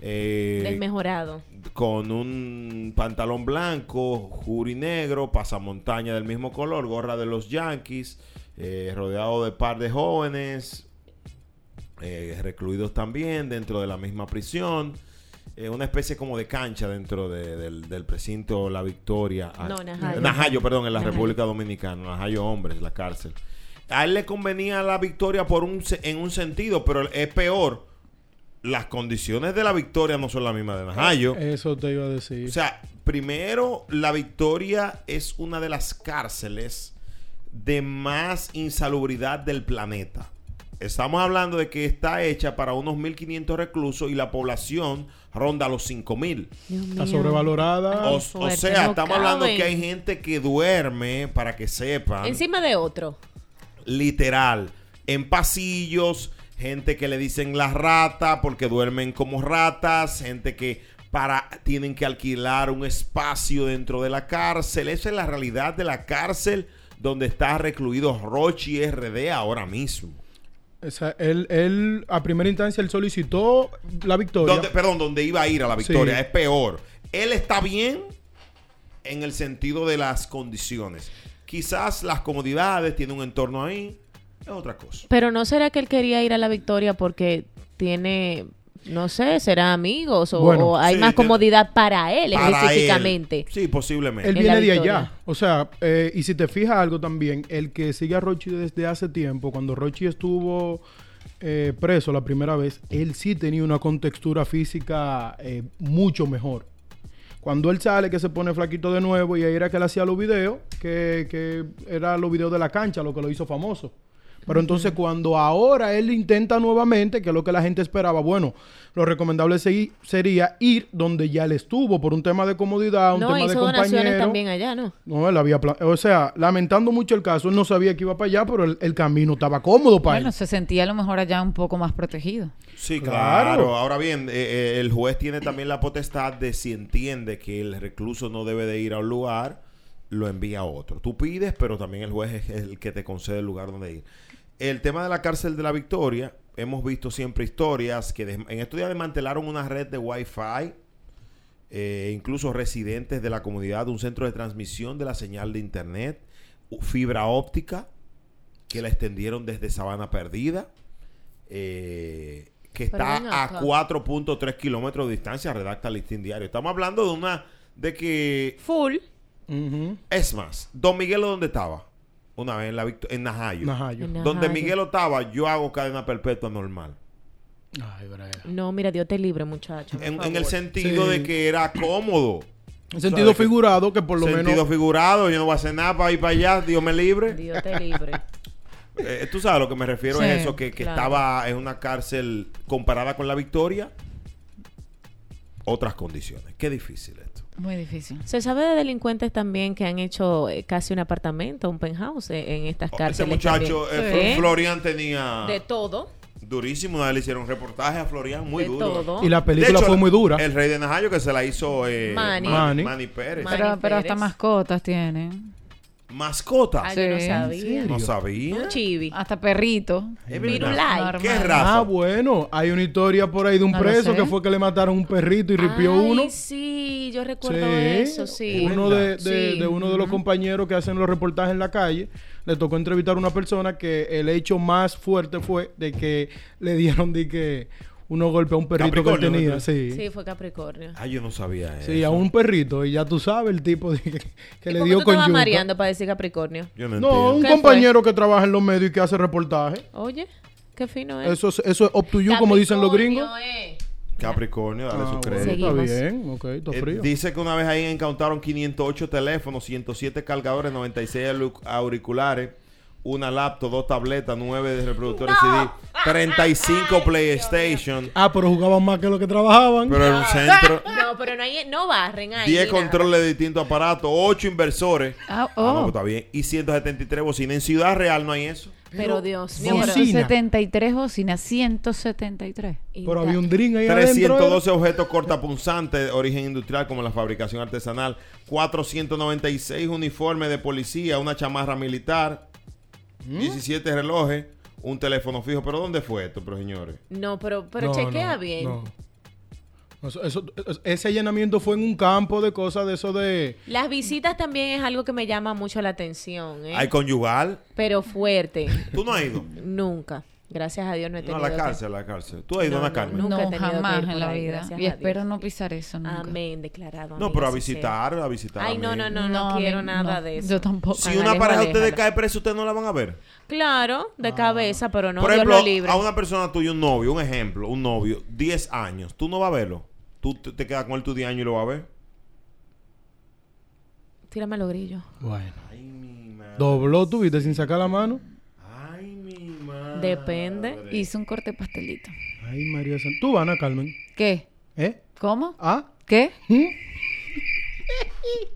eh,
Desmejorado.
con un pantalón blanco, juri negro, pasamontaña del mismo color, gorra de los Yankees, eh, rodeado de par de jóvenes, eh, recluidos también dentro de la misma prisión. Eh, una especie como de cancha dentro de- del, del precinto La Victoria.
No,
Ah,
Najayo.
perdón, en la
Najayo.
República Dominicana. Najayo Hombres, la cárcel. A él le convenía la victoria por un, se- en un sentido, pero es peor. Las condiciones de la victoria no son las mismas de Najayo.
Eso te iba a decir.
O sea, primero, la Victoria es una de las cárceles de más insalubridad del planeta. Estamos hablando de que está hecha para unos 1.500 reclusos y la población ronda los 5.000.
Está sobrevalorada.
O, o
fuerte,
sea,
no
estamos hablando
caben.
que hay gente que duerme, para que sepan,
Encima de otro.
literal, en pasillos, gente que le dicen las ratas porque duermen como ratas, gente que para tienen que alquilar un espacio dentro de la cárcel. Esa es la realidad de la cárcel donde está recluido Rochi RD ahora mismo.
O sea, él, él, a primera instancia, él solicitó la victoria.
Donde- perdón, donde iba a ir a la victoria.
Sí.
Es peor. Él está bien en el sentido de las condiciones. Quizás las comodidades, tiene un entorno ahí. Es otra cosa.
Pero no será que él quería ir a la victoria porque tiene, no sé, será amigos o,
Bueno,
o hay
sí,
más
tiene-
comodidad para él
Para él.
específicamente.
Sí, posiblemente.
Él
En la
viene de
victoria.
allá. O sea, eh, y si te fijas algo también, el que sigue a Rochi desde hace tiempo, cuando Rochi estuvo eh, preso la primera vez, él sí tenía una contextura física eh, mucho mejor. Cuando él sale, que se pone flaquito de nuevo, y ahí era que él hacía los videos, que, que era los videos de la cancha, lo que lo hizo famoso. Pero entonces cuando ahora él intenta nuevamente, que es lo que la gente esperaba, bueno, lo recomendable segui- sería ir donde ya él estuvo por un tema de comodidad, un
No,
tema de
hizo donaciones
compañero.
también allá, ¿no?
No, él había pla- o sea, lamentando mucho el caso, él no sabía que iba para allá, pero el, el camino estaba cómodo para
Bueno,
él.
se sentía a lo mejor allá un poco más protegido.
Sí, claro.
Claro.
Ahora bien, eh, eh, el juez tiene también la potestad de si entiende que el recluso no debe de ir a un lugar, lo envía a otro. Tú pides, pero también el juez es el que te concede el lugar donde ir. El tema de la cárcel de la Victoria, hemos visto siempre historias que des- en estos días desmantelaron una red de Wi-Fi, eh, incluso residentes de la comunidad, un centro de transmisión de la señal de Internet, u- fibra óptica, que la extendieron desde Sabana Perdida, eh, que
Pero
está
ven
a
acá.
4.3 kilómetros de distancia, redacta Listín Diario. Estamos hablando de una, de que,
Full.
Ujú.
es más, Don Miguelo, ¿dónde estaba? una vez en, la Victo- en Najayo.
Najayo.
En
Donde
Najayo.
Miguel Otava, yo hago cadena perpetua normal.
Ay, brega.
No, mira, Dios te libre, muchacho. por
En, en
favor.
el sentido
Sí.
de que era cómodo.
En sentido
¿Sabes qué?
figurado, que por lo
sentido
menos.
figurado, yo no voy a hacer nada para ir para allá, Dios me libre.
Dios te libre.
Eh, Tú sabes a lo que me refiero
Sí,
es eso, que, que
claro.
estaba en una cárcel comparada con la victoria. Otras condiciones. Qué difícil esto.
Muy difícil.
Se sabe de delincuentes también que han hecho eh, casi un apartamento, un penthouse eh, en estas cárceles.
Oh, Ese muchacho,
también.
eh,
Sí.
Fl- Florian tenía
De todo.
durísimo. Una vez le hicieron reportaje a Florian muy
de
duro.
todo.
Y la
De
película
hecho,
fue muy dura.
El rey de Najayo que se la hizo eh,
Manny.
Manny,
Manny.
Manny Pérez.
Manny.
Pero, pero hasta
Pérez.
mascotas tienen.
Mascota.
Ay, yo no
Sí,
sabía.
No
Un
sabía.
chivi.
Hasta perritos.
Es
Virulai.
verdad. ¿Qué
Normal.
raza?
Ah, bueno. Hay una historia por ahí de un
No lo
preso
sé.
que fue que le mataron un perrito y ripió
Ay,
uno.
sí, yo recuerdo
Sí.
eso, sí.
Uno de, de-
Sí.
de uno de los compañeros que hacen los reportajes en la calle, le tocó entrevistar a una persona que el hecho más fuerte fue de que le dieron de que uno golpeó a un perrito que él
Capricornio,
tenía.
¿no?
Sí.
Sí,
sí.
fue Capricornio.
Ah, yo no sabía eso.
a un perrito, y ya tú sabes el tipo de que,
¿Y
que le
por qué
dio
tú te
con
vas
yuca.
mareando para decir Capricornio?
Yo no,
No, un
entiendo.
¿Qué fue?
compañero que trabaja en los medios y que hace reportajes.
Oye, qué fino es.
Eso es, eso es up to you, como dicen los
Capricornio,
gringos.
eh.
Capricornio, dale
Ah,
su
bueno,
crédito.
está
Seguimos.
bien, ok, está
Eh,
frío.
dice que una vez ahí encontraron 508 teléfonos, 107 cargadores, 96 alu- auriculares, una laptop, dos tabletas, 9 de reproductores CD, 35 PlayStation,
Ah, pero jugaban más que los que trabajaban.
pero en un centro,
No, pero no, hay, no barren ahí.
10
nada.
controles de distintos aparatos, 8 inversores.
Ah,
Ah, no, pues
oh.
está bien. Y 173 bocinas. En Ciudad Real no hay eso.
Pero Dios mío.
Bocina.
pero-
Sí.
73 bocinas, 173.
Pero había un drink ahí adentro. ¿eh?
312 objetos cortapunzantes de origen industrial como la fabricación artesanal, 496 uniformes de policía, una chamarra militar,
¿Mm?
17 relojes, un teléfono fijo. ¿Pero dónde fue esto, pero señores?
No, pero, pero
No,
chequea
no,
bien.
no. Eso- eso- es- ese allanamiento fue en un campo de cosas de eso de...
Las visitas también es algo que me llama mucho la atención, ¿eh?
¿Hay conyugal?
Pero fuerte.
¿Tú no has ido?
Nunca. Gracias a Dios no he
No,
tenido.
a la
que-
cárcel, a la cárcel. ¿Tú has ido
No,
a una
no,
cárcel?
Nunca he
No,
tenido que
jamás
ir por
en la
ahí,
vida.
gracias
Y
a Dios.
espero no pisar eso nunca.
Amén, declarado.
No,
amiga,
pero a
sí sea.
visitar, a visitar.
Ay, no,
amigos.
no, no, no,
a mí
quiero nada
no.
de eso.
Yo tampoco.
Si
Tan
una
lejos,
pareja de
aléjala.
ustedes cae presa, ustedes no la van a ver.
Claro,
Ah.
de cabeza, pero no,
Por
Dios
ejemplo,
lo libre.
a una persona tuya, un novio, un ejemplo, un novio, 10 años, tú no vas a verlo. Tú te, te quedas con él tus 10 años y lo vas a ver.
Tírame los grillos.
Bueno.
Ay, mi madre.
Dobló, tuviste sin sacar la mano.
Ay, mi madre. Ah,
Depende.
Hice un corte pastelito.
Ay, María San... Tú, Ana Carmen.
¿Qué?
¿Eh?
¿Cómo?
¿Ah?
¿Qué?
¿Mm?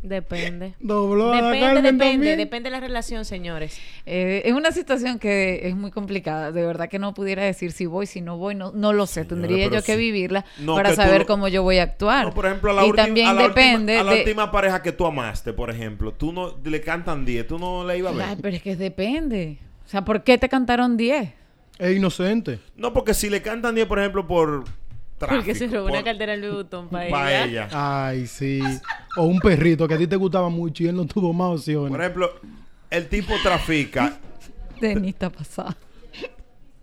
Depende.
Dobló Ana
Depende,
Carmen
depende,
también.
depende de la relación, señores.
Eh, es una situación que es muy complicada. De verdad que no pudiera decir si voy, si no voy. No, no lo sé. Tendría
pero
yo que
sí.
vivirla
No,
para
que tú
saber
lo-
cómo yo voy a actuar.
No, por ejemplo, a la,
y
última,
también
a la
depende
última, a la
de...
última pareja que tú amaste, por ejemplo, tú no le cantan 10, tú no la ibas a ver.
Ay, pero es que depende. O sea, ¿por qué te cantaron 10?
Es inocente.
No, porque si le cantan 10, por ejemplo, por tráfico,
Porque se robó
por-
una cartera en Louis Vuitton para
pa'
ella.
ella.
Ah, Ay, sí. O un perrito que a ti te gustaba mucho y él no tuvo más
Por
opciones.
ejemplo, el tipo trafica,
Denita pasada.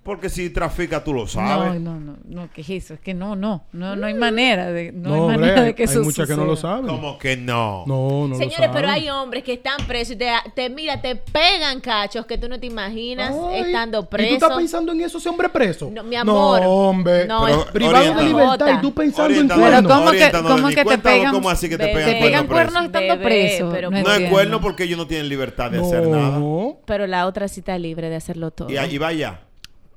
porque si trafica tú lo
No,
sabes.
no, no, no, ¿qué es eso? Es que no, no, no, no hay manera de, no,
No,
hay
hombre,
manera
hay,
de que eso
muchas que no lo
suceda.
saben.
Como que no.
No, no lo
Señores,
saben.
pero hay hombres que están presos y te, te- mira, te pegan cachos que tú no te imaginas
Ay,
estando
¿Y tú
preso.
estás pensando en eso ese hombre preso?
No, mi amor.
No, hombre.
No,
Pero- es-
Privado de
Oriéntalo.
libertad y tú
Jota.
pensando en
Oriéntanos,
Pero
cuernos.
¿cómo que-
oriéntanos,
cómo
Neni,
que te
cuéntanos
pegan-
¿Cómo así que te
Bebé.
pegan,
Te pegan
cuernos
cuernos estando
Bebé,
presos.
pero
presos? No es
entiendo.
cuerno porque ellos no tienen libertad de hacer nada.
No.
Pero la otra sí está libre de hacerlo todo.
Y ahí vaya.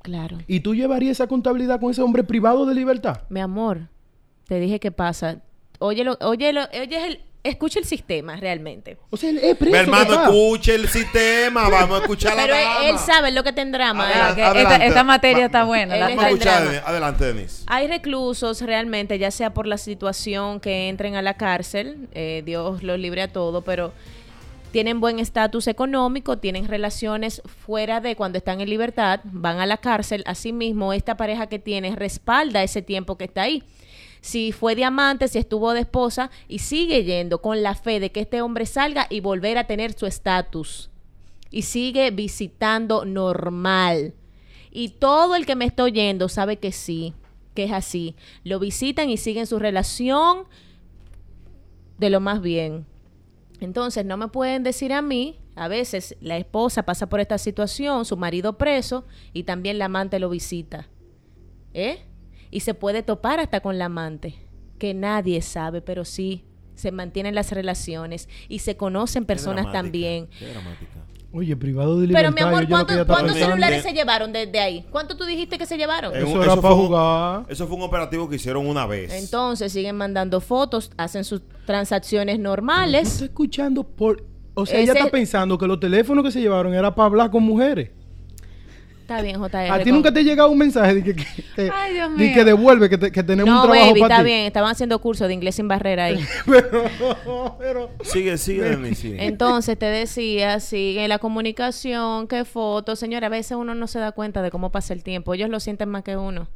Claro.
¿Y tú llevarías esa contabilidad con ese hombre privado de libertad?
Mi amor, te dije que pasa. Óyelo, óyelo, oye el, escucha el sistema realmente.
O sea, él es preso.
Mi hermano,
papá.
escuche el sistema. Vamos a escuchar a la
Pero él,
dama.
él sabe lo que tendrá,
Ah,
madre.
que esta-
Adelante.
esta materia
Va-
está buena, Ah,
la
Vamos a
está en
escuchar,
drama.
Denis. Adelante, Denis.
Hay reclusos realmente, ya sea por la situación que entren a la cárcel, eh, Dios los libre a todo, pero tienen buen estatus económico, tienen relaciones fuera de cuando están en libertad, van a la cárcel. Asimismo, esta pareja que tiene respalda ese tiempo que está ahí. Si fue de amante, si estuvo de esposa y sigue yendo con la fe de que este hombre salga y volver a tener su estatus. Y sigue visitando normal. Y todo el que me está oyendo sabe que sí, que es así. Lo visitan y siguen su relación de lo más bien. Entonces, no me pueden decir a mí, A veces la esposa pasa por esta situación, su marido preso y también la amante lo visita. ¿Eh? Y se puede topar hasta con la amante, que nadie sabe, pero sí, se mantienen las relaciones y se conocen personas
dramática,
también.
qué dramática.
Oye, privado de libertad.
Pero mi amor,
yo lo que
¿cuántos,
ella está
cuántos
pensando-
celulares se llevaron desde ahí? ¿Cuánto tú dijiste que se llevaron?
Eh, Eso
un-
era
fue
pa'
un-
jugar.
Eso fue un operativo que hicieron una vez.
Entonces siguen mandando fotos, hacen sus transacciones
Tú
normales.
estás escuchando por... O sea, ella
Ese-
está pensando que los teléfonos que se llevaron era para hablar con mujeres.
Está bien, JR.
A ti
con-
nunca te ha llegado un mensaje de que, que, que-
Ay, Dios
de
mío.
que devuelve, que, te- que tenemos
No,
un trabajo
baby,
para
está
ti.
bien. Estaban haciendo curso de inglés sin barrera ahí.
Pero, pero...
Sigue, sigue, Denis, sigue.
Entonces te decía, sigue la comunicación, qué fotos. Señora, a veces uno no se da cuenta de cómo pasa el tiempo. Ellos lo sienten más que uno.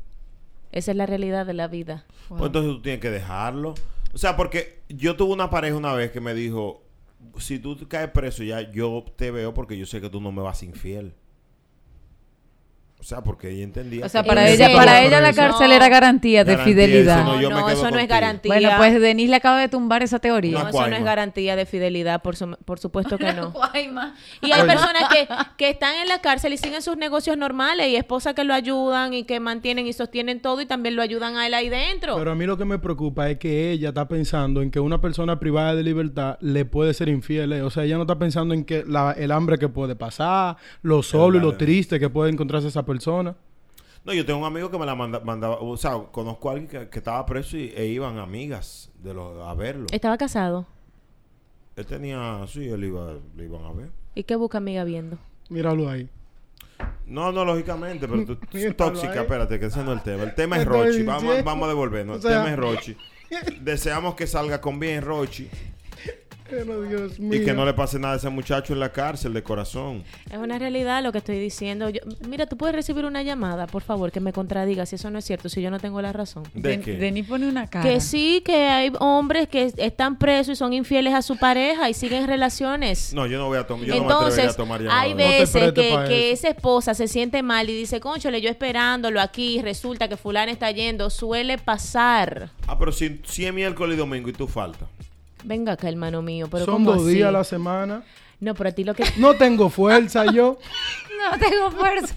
Esa es la realidad de la vida.
Pues entonces tú tienes que dejarlo. O sea, porque yo tuve una pareja una vez que me dijo, si tú te caes preso ya, yo te veo porque yo sé que tú no me vas infiel. O sea, para ella entendía.
O sea,
que-
para
¿En
ella,
serio?
para ella la
No.
cárcel era garantía de
Garantía,
fidelidad.
eso no, yo me quedo
eso no es
contigo.
garantía.
Bueno, pues Denise le acaba de tumbar esa teoría.
no,
Una
pues,
eso no es
cuaima.
garantía de fidelidad, por, su- por supuesto que no.
Guayma.
Y hay
Oye.
personas que, que están en la cárcel y siguen sus negocios normales y esposas que lo ayudan y que mantienen y sostienen todo y también lo ayudan a él ahí dentro.
Pero a mí lo que me preocupa es que ella está pensando en que una persona privada de libertad le puede ser infiel. eh. O sea, ella no está pensando en que la- el hambre que puede pasar, lo solo y lo
verdad.
triste que puede encontrarse esa persona.
No, yo tengo un amigo que me la manda- mandaba, o sea, conozco a alguien que, que estaba preso y, e iban amigas de lo- a verlo.
Eh.
Estaba casado.
Él tenía, sí, él iba, le iban a ver.
¿Y qué busca amiga viendo?
Míralo ahí.
No, no, lógicamente, pero tú,
Míralo ahí. Ah,
tóxica, espérate, que ese no es el tema. El tema es
Te estoy
Rochi, vamos,
diciendo.
vamos a devolvernos.
O sea-
el tema es Rochi. Deseamos que salga con bien Rochi
Pero Dios
y que
mío.
no le pase nada a ese muchacho en la cárcel de corazón.
Es una realidad lo que estoy diciendo. Yo- mira, tú puedes recibir una llamada, por favor, que me contradiga si eso no es cierto, si yo no tengo la razón.
¿De
Den-
qué?
Denis pone una cara.
Que sí, que hay hombres que es- están presos y son infieles a su pareja y siguen relaciones.
No, yo no voy a tomar, yo no me atrevería a
Entonces,
tomar
hay
llamadas.
No
veces
te preste
que,
pa'
que esa
eso.
esposa se siente mal y dice, conchole, yo esperándolo aquí, y resulta que fulano está yendo, suele pasar.
Ah, pero si, si es miércoles y domingo y tú faltas.
Venga acá, hermano mío, pero
Son
¿cómo
dos
así?
días a la semana.
No, pero a ti lo que...
No tengo fuerza yo.
No tengo fuerza.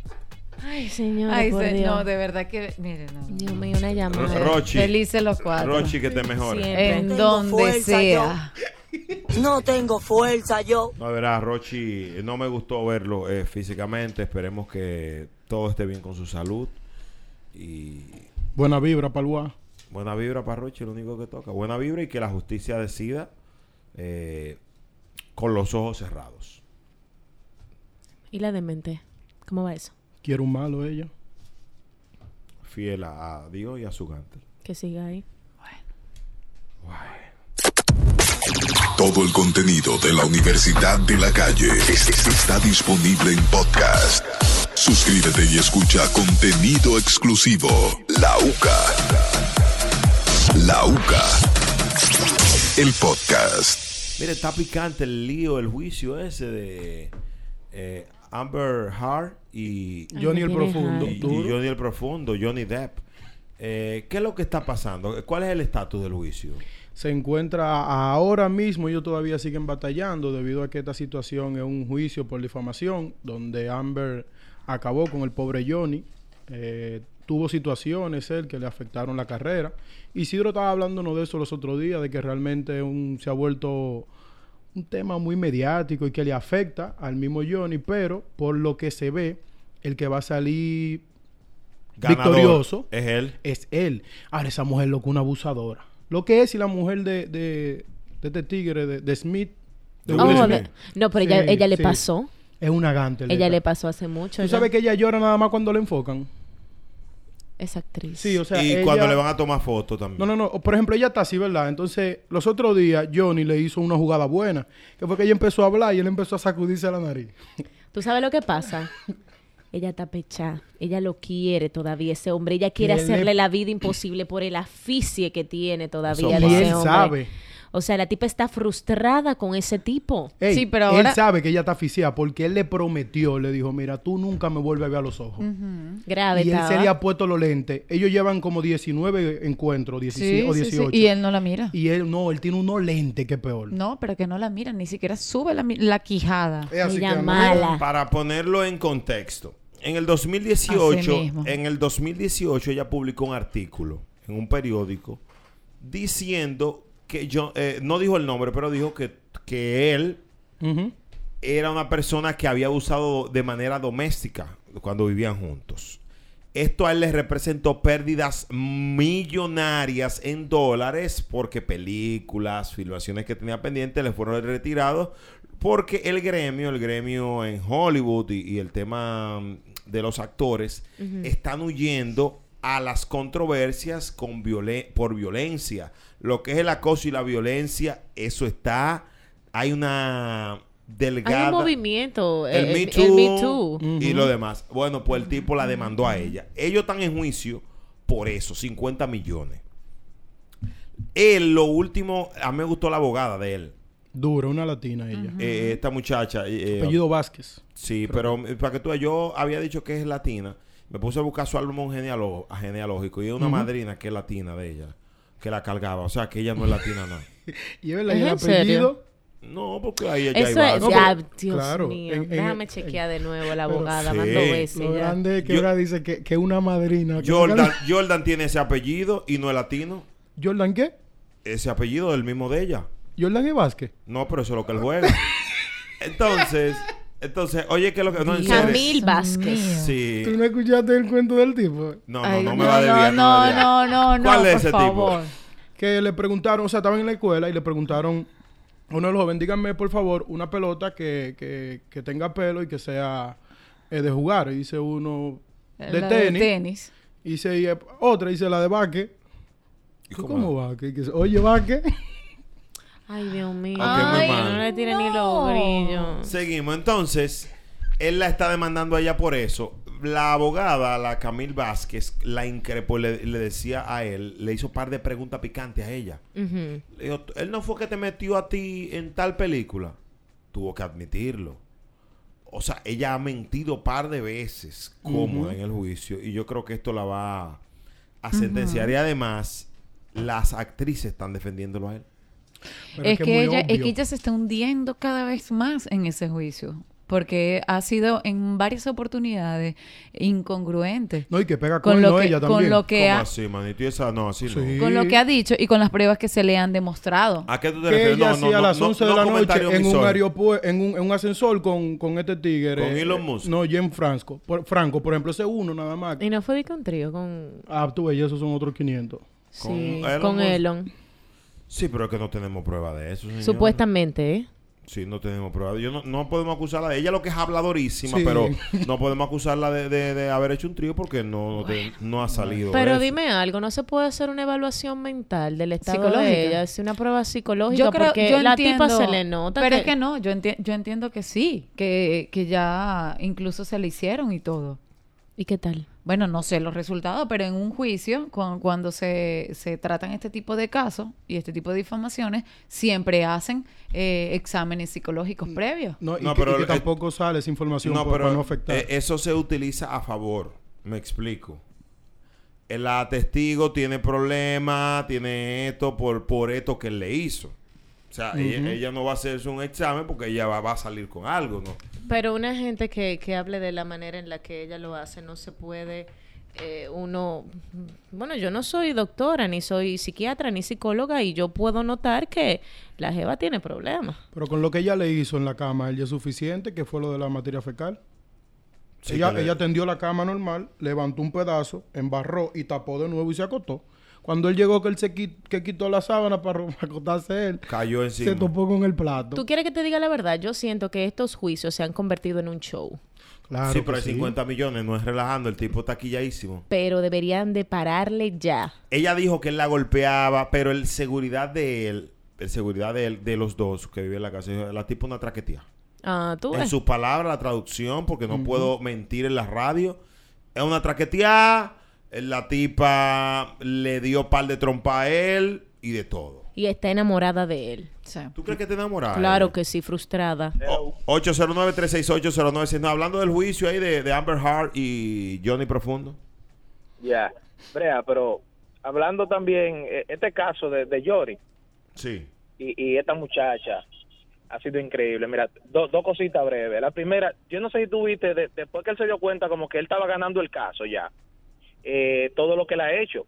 Ay, señor,
Ay,
por
se-
Dios.
no, de verdad que. Mire, no.
Dios mío, una
Ro-
llamada.
Rochi,
Felices los cuatro.
Rochi, que te mejore.
Siempre.
En
Tengo
donde
fuerza
sea.
No tengo fuerza yo.
No, de verdad, Rochi, no me gustó verlo eh, físicamente. Esperemos que todo esté bien con su salud. Y
Buena vibra, palúa.
buena vibra para Rochi, lo único que toca. Buena vibra y que la justicia decida eh, con los ojos cerrados.
Y la demente, ¿cómo va eso?
Quiero un malo ella.
Fiel a, a Dios y a su gante.
Que siga ahí.
Todo el contenido de la Universidad de la Calle es- es- está disponible en podcast. Suscríbete y escucha contenido exclusivo. La UCA. La UCA. El podcast.
Mire, está picante el lío, el juicio ese de eh, Amber Heard y,
me
Johnny el
tiene
profundo.
y- y
duro.
Johnny el Profundo, Johnny Depp. Eh, ¿Qué es lo que está pasando? ¿Cuál es el estatus del juicio?
se encuentra ahora mismo, ellos todavía siguen batallando debido a que esta situación es un juicio por difamación, donde Amber acabó con el pobre Johnny. Eh, tuvo situaciones él que le afectaron la carrera. Isidro estaba hablándonos de eso los otros días, de que realmente un- se ha vuelto un tema muy mediático y que le afecta al mismo Johnny, pero por lo que se ve, el que va a salir
Ganador
Victorioso.
Es él.
es él. Ahora, esa mujer loco, una abusadora. Lo que es y la mujer de, de, de este tigre, de, de Smith, de
Ojo,
Will
Vamos a
Smith,
ver. Oh, No, pero ella,
Sí,
ella le
sí.
pasó.
es una gante.
Ella le pasó hace mucho.
¿Tú
ya.
sabes que ella llora nada más cuando le enfocan?
Es actriz.
Sí, o sea,
y
ella-
cuando le van a tomar fotos también.
No, no, no. Por ejemplo, ella está así, ¿verdad? Entonces, los otros días, Johnny le hizo una jugada buena, que fue que ella empezó a hablar y él empezó a sacudirse la nariz.
¿Tú sabes lo que pasa? Ella está pechada. Ella lo quiere todavía, ese hombre. Ella quiere
Que le-
hacerle la vida imposible por el aficie que tiene todavía
Eso
de
y
pasa.
ese
él
hombre.
sabe.
O sea, la tipa está frustrada con ese tipo.
Ey,
Sí, pero ahora-
Él sabe que ella está asfixiada porque él le prometió, le dijo, mira, tú nunca me vuelves a ver a los ojos.
Grave,
Y él
estaba.
se le ha puesto los lentes. Ellos llevan como 19 encuentros, 17
Sí,
o
sí, sí.
18.
Y él no la mira.
Y él, no, él tiene unos lentes que es peor.
No, pero que no la mira, ni siquiera sube la, mi- la quijada.
Es así
Ella
que,
mala.
Para ponerlo en contexto, en el
Así
2018,
mismo.
en el 2018 ella publicó un artículo en un periódico diciendo que yo eh, no dijo el nombre, pero dijo que, que él
Ujú.
era una persona que había abusado de manera doméstica cuando vivían juntos. Esto a él le representó pérdidas millonarias en dólares porque películas, filmaciones que tenía pendientes le fueron retirados porque el gremio, el gremio en Hollywood y, y el tema mm, de los actores están huyendo a las controversias con violen- por violencia. Lo que es el acoso y la violencia, eso está, hay una delgada...
Hay un movimiento.
El,
eh,
Me Too,
Me Too.
y lo demás. Bueno, pues el tipo la demandó a ella. Ellos están en juicio por eso, 50 millones. Él, lo último, a mí me gustó la abogada de él,
Dura, una latina ella.
eh, esta muchacha. eh, eh,
Apellido Vázquez.
sí, pero eh, para que tú veas, yo había dicho que es latina. Me puse a buscar su álbum genealo- genealógico y es una madrina que es latina de ella, que la cargaba. O sea, que ella no es latina, no.
Y es verdad,
¿Es
y el
en serio?
apellido.
No, porque ahí ella
Eso es.
No,
ya,
pero-
Dios
claro,
mío.
en- en-
Déjame
en-
chequear de nuevo la abogada.
Sí.
Mando veces.
Lo
ya.
grande es que
Yo-
ahora dice que, que una madrina. que-
Jordan, Jordan tiene ese apellido y no es latino.
¿Jordan qué?
Ese apellido es el mismo de ella.
¿Jordan y Vázquez?
No, pero eso es lo que él juega. entonces, entonces, oye, que lo que. No, en serio.
Camil Vázquez.
Sí.
¿Tú no escuchaste el cuento del tipo?
No, no,
Ay,
no me va a desviar. me
No,
va a
no,
desviar.
no, no,
¿Cuál es
por
ese
favor.
tipo?
que le preguntaron, o sea, estaban en la escuela y le preguntaron a uno de los jóvenes, díganme por favor una pelota que, que- que tenga pelo y que sea eh, de jugar. Y dice uno de
Eh, La
tenis.
De tenis.
Y dice y, eh, otra, dice la de básquet.
¿Y
¿Cómo,
cómo
básquet? Y que dice, Oye, básquet.
Ay, Dios mío.
Ok, muy
Ay,
mal.
no le tiene ni
no.
los brillos.
Seguimos. Entonces, él la está demandando a ella por eso. La abogada, la Camil Vázquez, la increpó, le, le decía a él, le hizo un par de preguntas picantes a ella.
Ujú.
Le dijo, él no fue que te metió a ti en tal película. Tuvo que admitirlo. O sea, ella ha mentido par de veces como en el juicio y yo creo que esto la va a sentenciar y además las actrices están defendiéndolo a él.
Pero
Es que,
muy
ella, es
obvio.
que ella se está hundiendo cada vez más en ese juicio. Porque ha sido en varias oportunidades incongruente.
No, y que pega
con
con
lo que,
ella también.
con lo que
¿Cómo
ha,
así, manito? Y esa no, así
Sí.
no.
con lo que ha dicho y con las pruebas que se le han demostrado.
¿A qué tú te
que
refieres?
ella
No,
hacía
no,
a
no,
las
no,
11
no
de la
comentario
noche en un,
emisor.
aeropu- en, un, en un ascensor con, con este tigre.
Con
eh,
Elon Musk.
No, Jen Franco. Por, Franco, por ejemplo, ese uno nada más.
Y no fue de que un trío con.
Ah, tú ves, y esos son otros 500.
Con
sí,
Elon
con
Musk.
Elon.
Sí, pero es que no tenemos prueba de eso. señor.
Supuestamente, ¿eh?
Sí, no tenemos pruebas. Yo no, no podemos acusarla de ella, lo que es habladorísima,
Sí.
pero no podemos acusarla de, de- de haber hecho un trío porque no, no te- no ha salido.
Pero
eso.
dime algo, ¿no se puede hacer una evaluación mental del estado
Psicológica.
de ella? Es una prueba psicológica porque la tipa se le nota.
Pero es que no, yo, enti- yo entiendo que sí, que, que ya incluso se le hicieron y todo.
¿Y qué tal?
Bueno, no sé los resultados, pero en un juicio, cu- cuando se, se tratan este tipo de casos y este tipo de difamaciones, siempre hacen eh, exámenes psicológicos previos.
No, y,
No,
que, y
pero
que
es-
tampoco sale esa información
No,
pa- para,
pero
no afectar.
eh, eso se utiliza a favor. Me explico. Eh, La testigo tiene problemas, tiene esto por, por esto que él le hizo. O sea, ella, ella no va a hacerse un examen porque ella va, va a salir con algo, ¿no?
Pero una gente que, que hable de la manera en la que ella lo hace, no se puede eh, uno... Bueno, yo no soy doctora, ni soy psiquiatra, ni psicóloga, y yo puedo notar que la Jeva tiene problemas.
pero con lo que ella le hizo en la cama, ella es suficiente, que fue lo de la materia fecal.
Sí,
ella,
que le-
ella tendió la cama normal, levantó un pedazo, embarró y tapó de nuevo y se acostó. Cuando él llegó, que él se qui- que quitó la sábana para ro- para acostarse él,
Cayó encima.
se topó con el plato.
¿Tú quieres que te diga la verdad? Yo siento que estos juicios se han convertido en un show.
Claro
sí,
que
pero hay 50 millones, no es relajando, el tipo está quilladísimo.
Pero deberían de pararle ya.
Ella dijo que él la golpeaba, pero el seguridad de él, el seguridad de él, de los dos que vive en la casa, dijo, la tipo una traquetía.
Ah, tú
En
ves.
sus palabras, la traducción, porque no puedo mentir en la radio. Es una eh, traqueteada. La tipa le dio par de trompa a él y de todo.
y está enamorada de él.
Sí.
¿Tú crees que te enamoraste?
Claro que sí, frustrada.
O- 809-368-0969. Hablando del juicio ahí de, de Amber Heard y Johnny Profundo.
Ya, Brea, pero hablando también, eh, este caso de, de Yori
Sí.
y, y esta muchacha ha sido increíble. Mira, do- dos cositas breves. La primera, yo no sé si tú viste, de- después que él se dio cuenta como que él estaba ganando el caso ya, eh, todo lo que él ha hecho.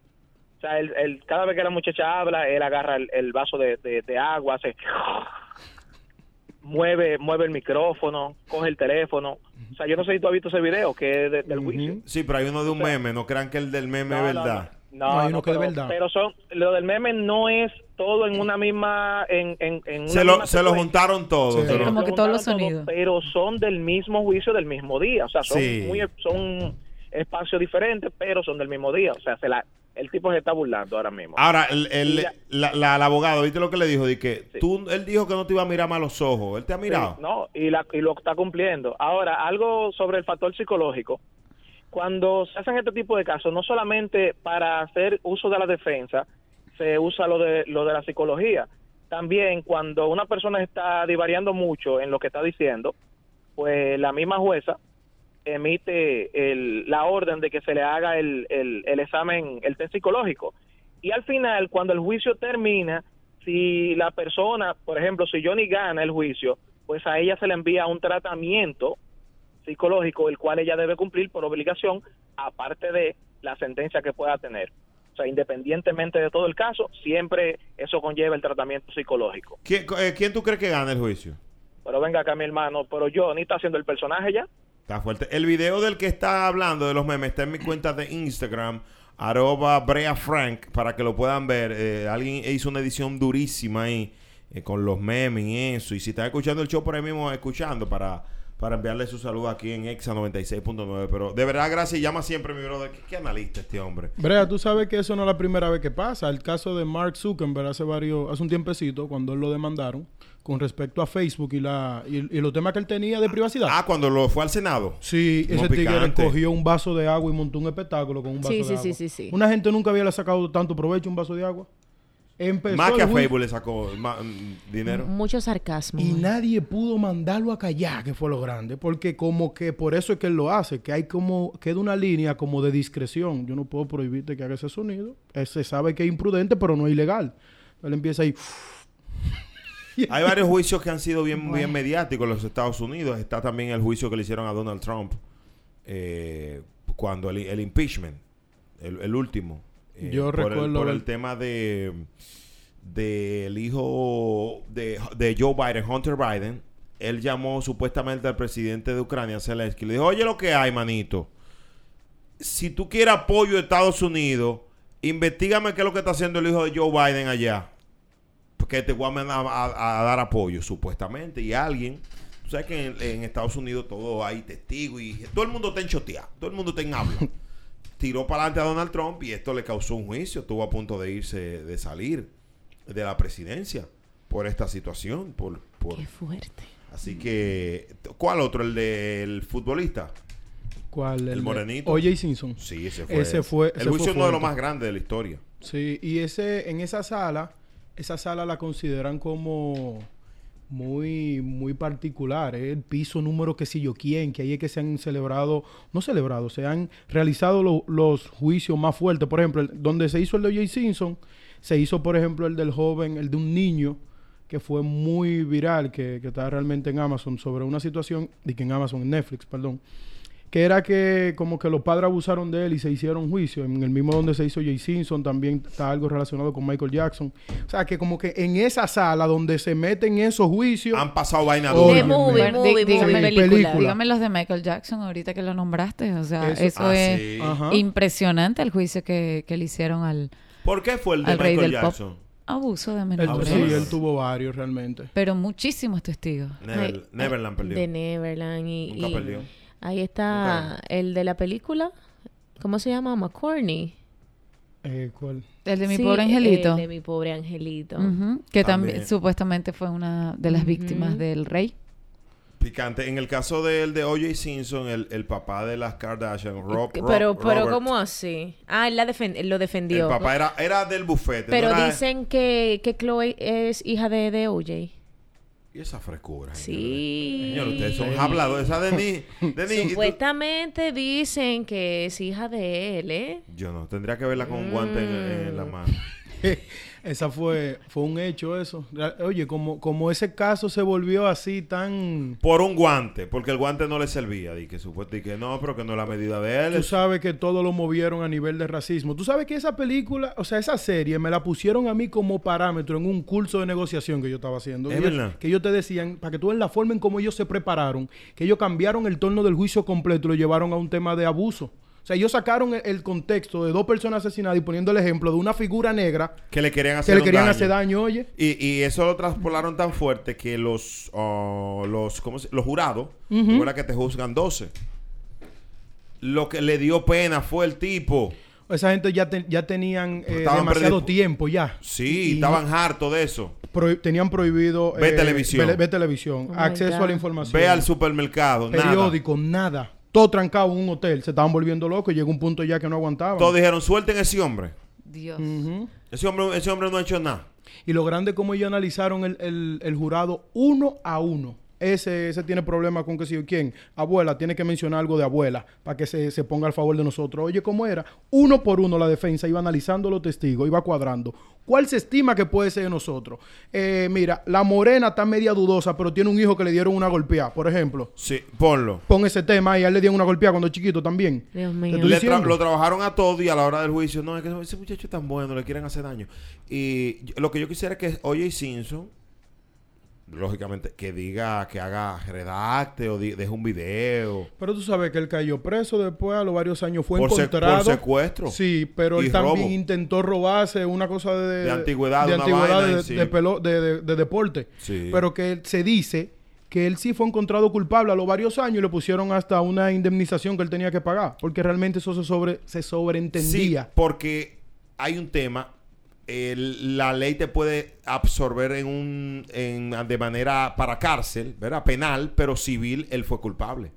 O sea, él, él- cada vez que la muchacha habla, él agarra el, el vaso de, de- de agua, hace... Mueve, mueve el micrófono, coge el teléfono. O sea, yo no sé si tú has visto ese video que es de- del juicio.
Sí, pero hay uno de un meme. No crean que el del meme es verdad.
No,
No, hay
no,
uno que de
pero,
verdad.
pero son, lo del meme no es todo en una misma. En, en, en una
Se lo,
misma
se lo
secuencia.
juntaron todos.
Sí.
se lo-
Como que todos los
juntaron
sonidos.
Pero son del mismo juicio del mismo día. O sea, son,
Sí.
muy, son espacios diferentes, pero son del mismo día. O sea, se la, el tipo se está burlando ahora mismo.
Ahora, el, el-
Mira.
la, la- el abogado, ¿viste lo que le dijo? De que
Sí.
tú, él dijo que no te iba a mirar mal los ojos. Él te ha mirado.
Sí, no, y, la- y lo está cumpliendo. Ahora, algo sobre el factor psicológico. Cuando se hacen este tipo de casos, no solamente para hacer uso de la defensa, se usa lo de, lo de la psicología. También cuando una persona está divariando mucho en lo que está diciendo, pues la misma jueza emite el- la orden de que se le haga el, el- el examen, el test psicológico. Y al final, cuando el juicio termina, si la persona, por ejemplo, si Johnny gana el juicio, pues a ella se le envía un tratamiento psicológico, el cual ella debe cumplir por obligación, aparte de la sentencia que pueda tener. O sea, independientemente de todo el caso, siempre eso conlleva el tratamiento psicológico.
¿Quién, eh, quién tú crees que gana el juicio?
Pero venga acá, mi hermano, pero Johnny está haciendo el personaje ya.
Está fuerte. El video del que está hablando de los memes está en mi cuenta de Instagram, arroba Brea Frank, para que lo puedan ver. Eh, alguien hizo una edición durísima ahí, eh, con los memes y eso. Y si están escuchando el show por ahí mismo, escuchando para, para enviarle su saludo aquí en Exa 96.9. Pero de verdad, gracias. y Llama siempre, mi brother. ¿Qué, qué analista este hombre?
Brea, tú sabes que eso no es la primera vez que pasa. El caso de Mark Zuckerberg hace varios, hace un tiempecito, cuando él lo demandaron, con respecto a Facebook y la y, y los temas que él tenía de privacidad.
Ah, cuando lo fue al Senado.
Sí,
No,
ese tigre
picante.
cogió un vaso de agua y montó un espectáculo con un vaso
Sí,
de
sí,
agua.
sí, sí, sí.
Una gente nunca había le sacado tanto provecho a un vaso de agua. Empezó
Más que a
el juicio
Facebook le sacó ma- mm, dinero.
Mucho sarcasmo.
y nadie pudo mandarlo a callar, que fue lo grande, porque como que por eso es que él lo hace, que hay como queda una línea como de discreción. Yo no puedo prohibirte que haga ese sonido. Eh, Se sabe que es imprudente, pero no es ilegal. Él empieza ahí.
Hay varios juicios que han sido bien, bien mediáticos en los Estados Unidos. Está también el juicio que le hicieron a Donald Trump eh, cuando el, el impeachment, el, el último. eh,
Yo
por el-
recuerdo
por
el-
el tema de del hijo de, de Joe Biden, Hunter Biden. Él llamó supuestamente al presidente de Ucrania, Zelensky, y le dijo, oye lo que hay, manito. Si tú quieres apoyo de Estados Unidos, investigame qué es lo que está haciendo el hijo de Joe Biden allá que te voy a, mandar a- a- a dar apoyo, supuestamente. Y alguien, tú sabes que en, en Estados Unidos todo hay testigos y todo el mundo está en chotea, todo el mundo está en habla. Tiró para adelante a Donald Trump y esto le causó un juicio. Estuvo a punto de irse, de salir de la presidencia por esta situación. Por, por-
Qué fuerte.
Así que, ¿cuál otro? ¿El del futbolista?
¿Cuál?
El morenito.
Oye, Simpson.
Sí, ese fue.
Ese fue-
el
ese fue
juicio es uno de los
fuerte.
más grandes de la historia.
Sí, y ese, en esa sala, esa sala la consideran como muy, muy particular, ¿eh? el piso número que si yo quién, que ahí es que se han celebrado, no celebrado, se han realizado lo- los juicios más fuertes. Por ejemplo, el- donde se hizo el de O.J. Simpson, se hizo, por ejemplo, el del joven, el de un niño que fue muy viral, que, que está realmente en Amazon, sobre una situación, de que en Amazon, en Netflix, perdón, que era que como que los padres abusaron de él y se hicieron juicio. En el mismo donde se hizo Jay Simpson también está algo relacionado con Michael Jackson. O sea, que como que en esa sala donde se meten esos juicios...
Han pasado vaina
Oye,
De
dura.
movie,
men.
movie,
Di-
movie,
dígame-
película.
película.
Dígame los de Michael Jackson ahorita que lo nombraste. O sea,
Eso-
eso,
Ah,
es
sí.
Ajá.
impresionante el juicio que, que le hicieron al,
¿Por qué fue el de
al rey
Michael
del
Jackson?
pop. Abuso de
Él-
menores.
sí,
Abusador.
él tuvo varios realmente.
Pero muchísimos testigos.
Never-
Ay,
Neverland perdió.
De Neverland. Y,
Nunca
y
perdió.
Ahí está
Nunca
el de la película. ¿Cómo se llama? McCorney.
Eh, ¿Cuál?
El de mi
Sí,
pobre angelito.
El de mi pobre angelito.
Ujú, Que también,
También.
supuestamente fue una de las víctimas del rey.
Y gratificante. En el caso del de O.J. Simpson, el, el papá de las Kardashian, Rob,
Que-
Rob-
pero, pero
Robert,
¿cómo así? Ah, él la defen- él lo
El
defendió.
papá era, era del bufete.
pero
no era-
dicen que, que Chloe es hija de, de OJ.
Y esa frescura.
Sí.
Señor, ustedes son habladores. Esa Denis. Denis, y tú-
Supuestamente dicen que es hija de él, ¿eh?
Yo no, tendría que verla con guante en, en
Mm.
la mano.
Esa fue, fue un hecho eso. Real- Oye, como, como ese caso se volvió así tan...
Por un guante, porque el guante no le servía. Y que supuesto, y que no, pero que no es la medida de él.
Tú sabes que todo lo movieron a nivel de racismo. Tú sabes que esa película, o sea, esa serie me la pusieron a mí como parámetro en un curso de negociación que yo estaba haciendo.
Es
Ellos-
verdad.
que ellos te decían, para que tú veas la forma en cómo ellos se prepararon, que ellos cambiaron el torno del juicio completo y lo llevaron a un tema de abuso. O sea, ellos sacaron el, el contexto de dos personas asesinadas y poniendo el ejemplo de una figura negra
que le querían hacer
que le
un
querían
daño.
hacer daño, oye.
Y, y eso lo transpolaron tan fuerte que los ah, los ¿cómo se- los jurados, recuerda que te juzgan 12. Lo que le dio pena fue el tipo.
Esa gente ya, te- ya tenían eh,
Pues Estaban
demasiado
predispu-
tiempo ya.
Sí,
Y- y
estaban hartos de eso.
pro- tenían prohibido... eh,
Ve televisión.
Ve, ve televisión.
Oh my
acceso
God.
a la información.
Ve al supermercado, nada.
periódico, nada. Todo trancado en un hotel. Se estaban volviendo locos. y Llegó un punto ya que no aguantaban.
Todos dijeron, suelten a ese hombre.
Dios.
Ese hombre, ese hombre no ha hecho nada.
Y lo grande como ellos analizaron el, el- el jurado uno a uno. Ese, ese tiene problema con que si quién, abuela, tiene que mencionar algo de abuela para que se, se ponga al favor de nosotros. Oye, ¿cómo era? Uno por uno la defensa iba analizando los testigos, iba cuadrando. ¿Cuál se estima que puede ser de nosotros? Eh, mira, la morena está media dudosa, pero tiene un hijo que le dieron una golpeada, por ejemplo.
Sí, ponlo.
Pon ese tema y a él le dieron una golpeada cuando chiquito también.
Dios
Te
mío.
estoy
Le tra-
diciendo.
lo trabajaron a todos y a la hora del juicio. No, es que ese muchacho es tan bueno, le quieren hacer daño. Y yo- lo que yo quisiera es que O.J. Simpson, lógicamente, que diga, que haga, redacte o di- deje un video.
Pero tú sabes que él cayó preso después, a los varios años fue
Por sec-
encontrado.
por secuestro.
Sí, pero
Y
él también
robo.
intentó robarse una cosa de...
De antigüedad,
de
una
antigüedad,
vaina,
de,
sí.
de pelo- de- de- de deporte.
Sí.
Pero que él- se dice que él sí fue encontrado culpable a los varios años y le pusieron hasta una indemnización que él tenía que pagar. Porque realmente eso se, sobre, se
Sí,
sobreentendía.
porque hay un tema. el- la ley te puede absorber en un en, de manera para cárcel, ¿verdad? Penal, pero civil, él fue culpable.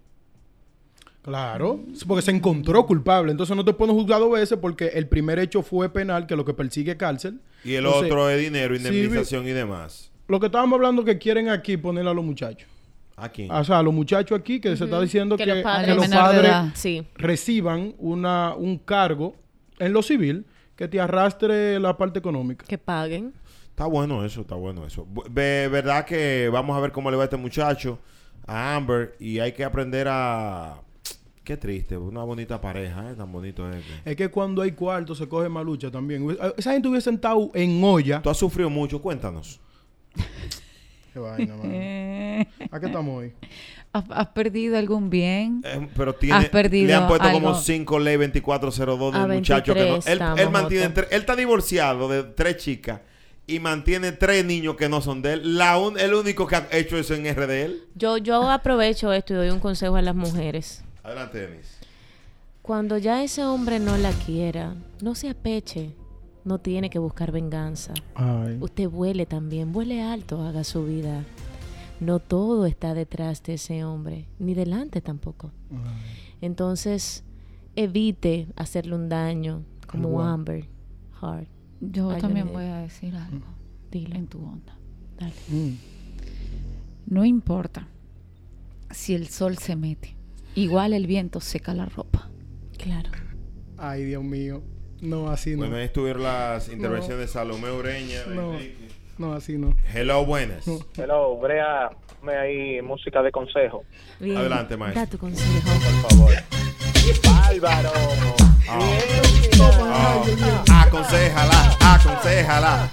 Claro, es porque se encontró culpable. Entonces no te pueden juzgar dos veces porque el primer hecho fue penal, que lo que persigue es cárcel.
Y el
Entonces,
otro es dinero,
civil-
indemnización y demás.
Lo que estábamos hablando que quieren aquí ponerle a los muchachos.
Aquí.
O sea, a los muchachos aquí que se está diciendo que,
Que los padres-
que los
Menor de
padres
edad.
Sí.
reciban una, un cargo en lo civil que te arrastre la parte económica.
Que paguen.
Está bueno eso, está bueno eso. Bu- ve- verdad que vamos a ver cómo le va a este muchacho, a Amber, y hay que aprender a... Qué triste, una bonita pareja, ¿eh? Tan bonito es. que-
Es que cuando hay cuarto se coge más lucha también. Hubiese- Esa gente hubiese sentado en olla.
Tú has sufrido mucho, cuéntanos.
Qué vaina, mano.
Eh,
¿A qué estamos hoy?
¿has, has perdido algún bien?
Eh, pero tiene,
Has perdido
le han puesto como
algo.
5 ley 2402
A
del muchacho que no.
23
Él,
estamos,
él mantiene
Jota.
tre- él está divorciado de tres chicas y mantiene tres niños que no son de él. La un- el único que ha hecho eso en RDL.
Yo, yo aprovecho esto y doy un consejo a las mujeres.
Adelante, Denis.
Cuando ya ese hombre no la quiera, no se apeche. No tiene que buscar venganza.
Ay.
Usted vuele también, vuele alto, haga su vida. No todo está detrás de ese hombre, ni delante tampoco. Entonces, evite hacerle un daño como
Algo.
Amber Hart.
Yo
Ay, yo
también
ni-
voy a decir algo
Dile,
en tu onda.
dale.
Mm.
No importa si el sol se mete. Igual el viento seca la ropa.
Claro.
Ay, Dios mío. No, así no.
Bueno, ahí estuvieron las intervenciones de Salomé Ureña, de
No.
Enrique.
No, así no.
Hello, buenas.
No.
Hello, Brea, me ahí música de consejo,
Bien,
Adelante, maestro.
Da tu consejo.
por favor. Álvaro.
Ah, Aconsejala, aconsejala.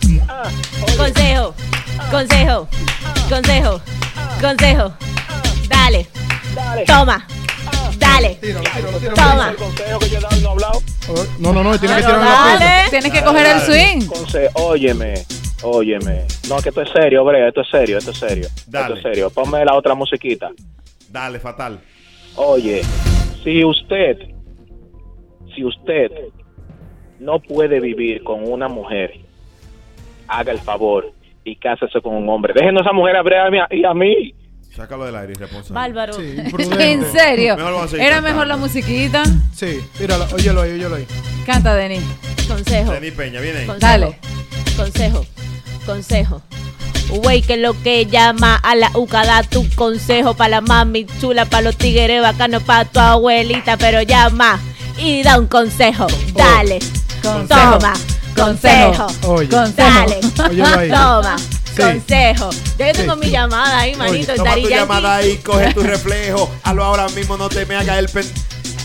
Consejo, consejo, consejo, consejo. Dale,
Dale.
toma, dale,
Tíralo, tíralo, tíralo.
toma.
Consejo que yo he dado y no he hablado.
Oh, No, no, no. Tiene que
Pero
tirar la
dale.
pesa.
Tienes que coger el swing.
Consejo, óyeme, óyeme. No, que esto es serio, Brea, esto es serio, esto es serio. Esto
Dale.
es serio. Ponme la otra musiquita.
Dale, fatal.
Oye, si usted, si usted no puede vivir con una mujer, haga el favor y cásese con un hombre. Déjenos a esa mujer a Brea y a mí.
Sácalo del aire, irresponsable.
Bárbaro.
Sí,
¿En
imprudente.
serio?
Mejor vamos a seguir
¿Era
cantando.
mejor la musiquita?
Sí, míralo, óyelo ahí, óyelo ahí.
Canta, Denis.
Consejo.
Denis Peña, viene ahí.
Con-
Dale.
Consejo. Consejo. Güey, que lo que llama a la UCA da tu consejo para la mami chula, para los tigres bacanos, para tu abuelita, pero llama y da un consejo. Dale.
Consejo.
Toma.
Consejo.
Consejo.
Oye.
Dale.
Óyelo ahí.
Toma.
Sí.
Consejo. Ya yo tengo
Sí.
mi llamada ahí, manito. el
Toma
Daddy
tu
Yankee.
llamada ahí, coge tu reflejo. Hazlo ahora mismo, no te me hagas el pen...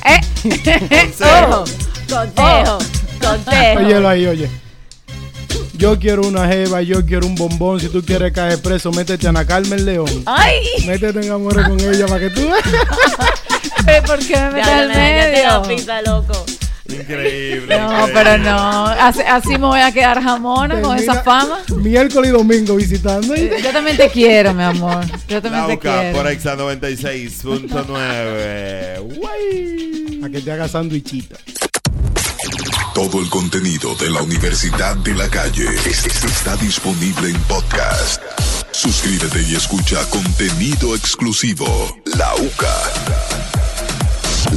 Eh.
Consejo.
Ojo.
Consejo. Consejo.
Óyelo ahí, oye. Yo quiero una jeva, yo quiero un bombón. Si tú quieres caer preso, métete a Ana Carmen León.
Ay.
Métete en amores con ella para que tú
Pero, ¿Por qué me metes
Ya,
al
ya, ya te la
medio?
pizza, loco.
Increíble.
No,
increíble.
pero no. Así, así me voy a quedar jamona
Pues
con esa
Termina
fama.
Miércoles y domingo visitando.
Eh, Yo también te quiero, mi amor. Yo también
La
te
UCA
quiero.
por Exa 96.9. Güey.
A que te haga sandwichita.
Todo el contenido de la Universidad de la Calle es- es- está disponible en podcast. Suscríbete y escucha contenido exclusivo. La UCA.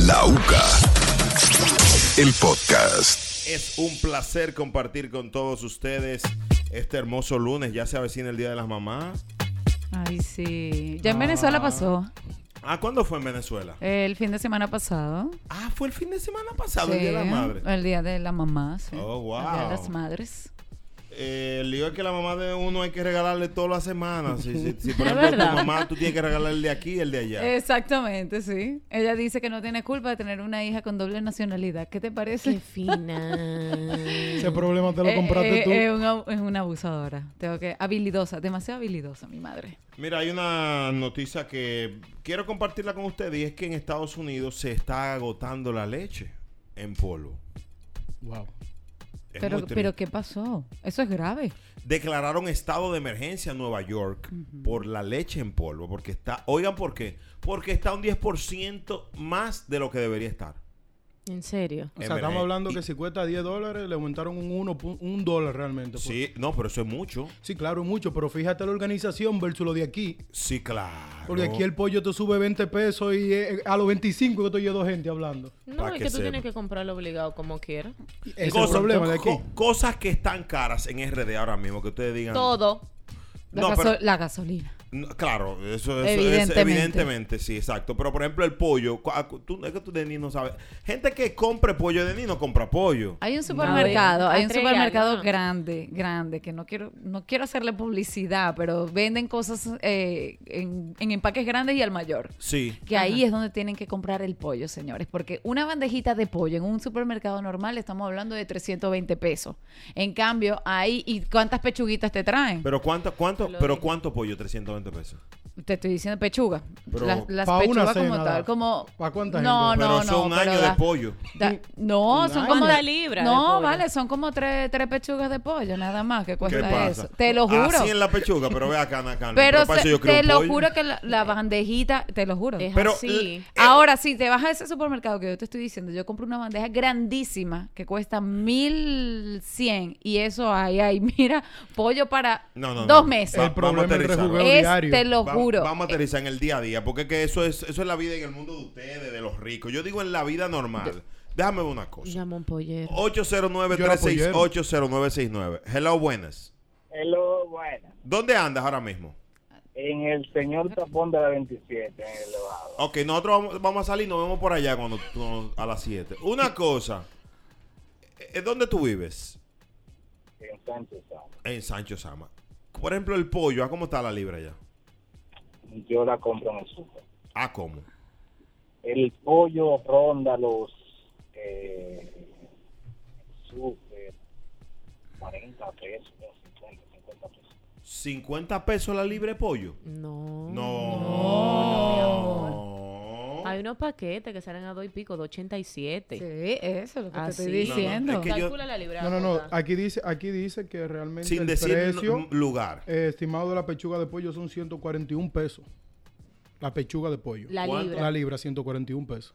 La UCA. El podcast.
Es un placer compartir con todos ustedes este hermoso lunes. Ya se avecina el Día de las Mamás.
Ay, sí. Ya en Venezuela pasó.
Ah, ¿cuándo fue en Venezuela?
El fin de semana pasado.
Ah, fue el fin de semana pasado, Ah, el Día de las
Sí,
Madres.
El día de la mamá. sí.
Oh, wow.
El día de las madres.
Eh, el lío es que la mamá de uno hay que regalarle todas las semanas. Si, si- si, por
Es
ejemplo, tu
verdad.
mamá, tú tienes que regalarle el de aquí y el de allá.
Exactamente, sí. Ella dice que no tiene culpa de tener una hija con doble nacionalidad. ¿Qué te
Qué
parece?
fina.
Ese problema te lo
Eh,
compraste
eh,
tú.
eh, una- es una abusadora. Tengo que habilidosa, demasiado habilidosa mi madre.
Mira, hay una noticia que quiero compartirla con ustedes y es que en Estados Unidos se está agotando la leche en polvo.
Wow.
Es muy
pero
triste.
pero qué pasó? Eso es grave.
Declararon estado de emergencia en Nueva York por la leche en polvo, porque está, oigan por qué, porque está un 10% más de lo que debería estar.
En serio.
O
En
sea, estamos
verdad.
hablando
Y-
que si cuesta 10 dólares, le aumentaron un, uno pu- un dólar realmente. pues.
Sí, no, pero eso es mucho.
Sí, claro, mucho, pero fíjate la organización versus lo de aquí.
Sí, claro.
Porque aquí el pollo te sube 20 pesos y eh, a los 25 que estoy yo dos gente hablando.
Pa'
No, es
que
que tú
sepa.
tienes que comprarlo obligado como quieras.
Ese es el
Cosas-
problema de aquí.
co- cosas que están caras en RD ahora mismo, que ustedes digan.
Todo.
La,
No,
gaso-
pero-
la gasolina.
No, claro, eso, eso es-
Evidentemente.
evidentemente, sí, exacto. Pero por ejemplo, el pollo, cu- ah, cu- tú, es que tú Denis no sabes. Gente que compre pollo de no compra pollo.
Hay un supermercado,
No,
hay un
atrévete,
supermercado
¿no?
grande, grande, que no quiero, no quiero hacerle publicidad, pero venden cosas eh, en, en empaques grandes y al mayor.
Sí.
Que ahí es donde tienen que comprar el pollo, señores, porque una bandejita de pollo en un supermercado normal estamos hablando de 320 pesos. En cambio, ahí, ¿y cuántas pechuguitas te traen?
Pero cuánto, cuánto,
Lo
pero
dije.
cuánto pollo, 320 pesos.
te estoy diciendo pechuga.
Pero-
las las
Pa' una
pechugas
cena,
como tal,
da.
como...
¿Pa' cuánta
No,
gente?
no,
pero son
no.
años
pero
de
da-
pollo.
Da- no,
Un
son
año.
como.
¿Cuántas libras de
No,
pollo?
vale, son como tres, tres pechugas de pollo, nada más que
¿Qué
cuesta
pasa?
Pues eso. Te lo juro.
Así en la pechuga, pero ve acá, Nakano.
Pero
para
se-
eso yo creo
te
un
lo
pollo.
juro que la, la bandejita, te lo juro.
Es
Pero
así.
Ahora, si te vas a ese supermercado que yo te estoy diciendo, yo compro una bandeja grandísima que cuesta 1100 y eso ahí, ahí, mira, pollo para
No, no, no.
dos meses.
Va-
El problema es el
Vamos a
rejugado
Es,
diario.
te lo
Va-
juro.
Vamos a aterrizar en el día a día, porque es que eso es, eso es la vida en el mundo de ustedes, de los ricos. Yo digo en la vida normal. Déjame ver una cosa.
Llama un pollero.
809-368-0969. Hello, buenas.
Hello, buena.
¿Dónde andas ahora mismo?
En el señor tapón de la 27, en el elevado.
Ok, nosotros vamos, vamos a salir y nos vemos por allá cuando, cuando- a las 7. Una cosa, eh, ¿dónde tú vives?
En Sánchez Sama.
En Sancho Sama. Por ejemplo, el pollo, ¿a cómo está la libra ya?
Yo la compro en el super.
¿A cómo?
El pollo ronda los eh, super 40 pesos, 50, 50 pesos.
¿50 pesos la libra de pollo?
No.
No.
Hay unos paquetes que salen a dos y pico, de 87.
Sí, eso es lo que te
Así.
estoy
No, no,
diciendo.
es que yo-
Calcula la libra.
No, no, no.
Jota.
Aquí dice, aquí dice que realmente
Sin
el
decir
precio
n- lugar.
eh, estimado de la pechuga de pollo son 141 pesos. La pechuga de pollo.
La
¿Cuánto?
libra.
La libra, 141 pesos.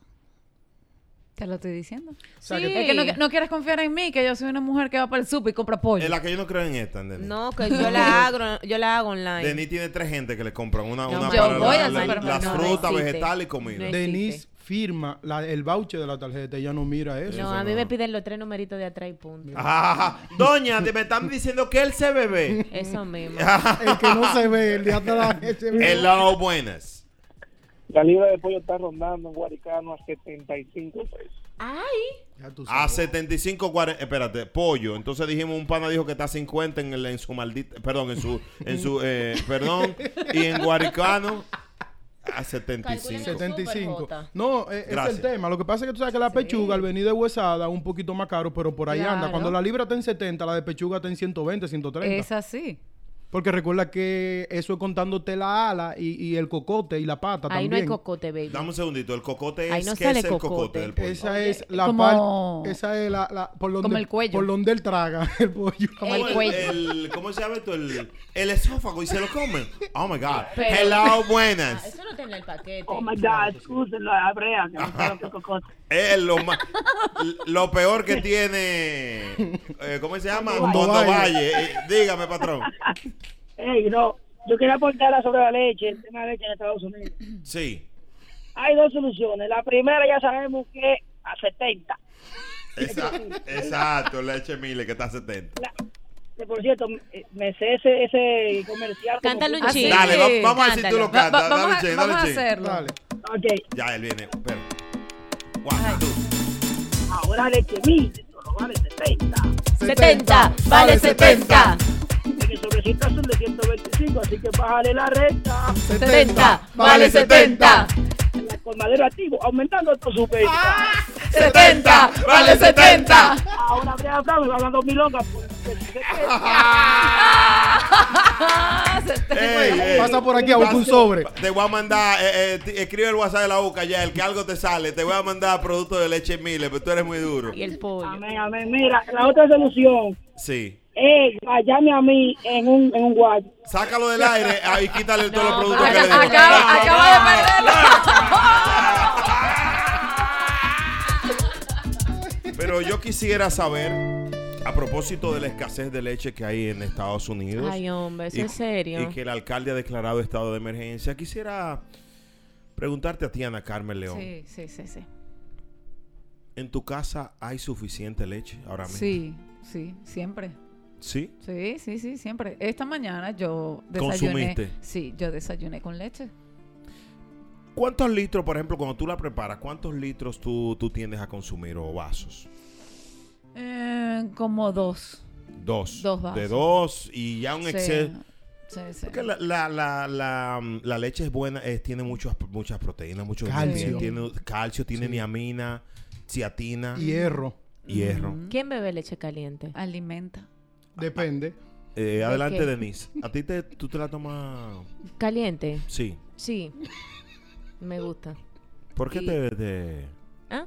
Te lo estoy diciendo.
sea,
Sí.
que-
Es que no, no quieres confiar en mí, que yo soy una mujer que va para el súper y compra pollo.
Es la que yo no creo en esta, Denis.
No, que yo la hago, yo la hago online.
Denis tiene tres gente que le compran una,
No,
una
yo voy
la-
al
la-
supermercado.
las
No, no
frutas,
existe.
vegetales y comida.
No
Denise
existe.
firma la- el voucher de la tarjeta, ella no mira eso.
No, a mí me piden los tres numeritos de atrás y punto.
Ajá, ajá. Doña, te me están diciendo que él se bebe.
Eso mismo.
El que no se ve, el de atrás. ese ve.
Hello, buenas.
La libra de pollo está rondando en Guaricano a 75 pesos.
Ay,
Ya tú
A
sabes.
75, cuare- espérate, pollo. Entonces dijimos, un pana dijo que está a 50 en, el- en su maldita, perdón, en su, en su, eh, perdón. Y en Guaricano, a 75.
Calculen
75.
Superjota.
No, eh, es
Gracias.
el tema. Lo que pasa es que tú sabes que la pechuga, al venir de huesada, un poquito más caro, pero por ahí anda.
Claro.
Cuando la libra está en 70, la de pechuga está en 120, 130.
Es así.
Porque recuerda que eso es contándote la ala y, y el cocote y la pata
ahí
también.
no hay cocote, baby.
Dame un segundito, el cocote es,
Ahí no
¿qué es
sale
el cocote,
cocote.
del pollo?
Esa es la
como-
parte. Esa es la. la- por donde,
como el cuello.
Por donde él traga el pollo.
Como el cuello.
el- ¿Cómo se llama esto? El, el esófago y se lo comen. Oh my God.
Pero-
Hello,
Ah,
buenas.
eso no está en el paquete.
Oh my God, excúsenlo, abrea, que no quiero que cocote.
Es lo, ma- lo peor que tiene. eh, ¿Cómo se llama?
Tondo
Tondo Valle.
Valle.
Eh, dígame, patrón.
Ey, no, yo quería aportar sobre la leche, el tema de la leche en Estados Unidos.
Sí.
Hay dos soluciones. La primera ya sabemos que a 70.
Esa- exacto, leche mile que está a 70.
Que, por cierto, eh, me sé ese, ese comercial. como
Cántalo
tú-
un chiste.
Dale, va- vamos a ver si tú
Cántalo.
lo cantas.
Va- va-
dale
vamos
un
a,
ching, dale
vamos
un
a
ching.
hacerlo.
Dale.
Ah, Ok,
Ya, él viene. Pero. One, two.
ahora leche mil, solo vale 70.
70, vale 70.
En el sobrecito azul de 125, así que bájale la recta.
70, vale 70.
En La colmadero activo, aumentando tu subvención.
70, vale 70.
Ahora Brea Bravo y va dando milongas. Pues, que si se queda.
Eh,
Ey, ey.
Pasa por aquí a buscar un sobre.
Te voy a mandar, eh, eh, t- escribe el WhatsApp de la UCA ya, el que algo te sale. Te voy a mandar producto de leche mile, pero tú eres muy duro.
Y el pollo.
Amén, amén. Mira, la otra solución
Sí.
es vayame Eh, a mí en un, en un guayo.
Sácalo del aire ah, y quítale todos los productos que
Acá-
le dimos.
acaba, acaba de perderlo.
Pero yo quisiera saber, a propósito de la escasez de leche que hay en Estados Unidos.
Ay, hombre, eso
y-
es serio.
Y que el alcalde ha declarado estado de emergencia. Quisiera preguntarte a ti, Ana Carmen León.
Sí, sí, sí, sí.
¿En tu casa hay suficiente leche ahora mismo?
Sí, sí, siempre.
¿Sí?
Sí, sí, sí, siempre. Esta mañana yo desayuné.
¿Consumiste?
Sí, yo desayuné con leche.
¿Cuántos litros, por ejemplo, cuando tú la preparas, cuántos litros tú, tú tiendes a consumir o vasos?
Eh, como dos.
Dos.
Dos vasos.
De dos y ya un
Sí,
exceso.
Sí, sí.
Porque la, la, la, la, mm, la leche es buena, eh, tiene muchas muchas proteínas, muchos
Calcio.
calcio. Tiene calcio, tiene niamina, ciatina,
Hierro.
hierro.
¿Quién bebe leche caliente?
Alimenta.
Depende.
Eh, adelante,
qué?
Denise. ¿A ti te, tú te la tomas?
¿Caliente?
Sí.
Sí. Me gusta.
¿Por qué te, te-
¿Ah?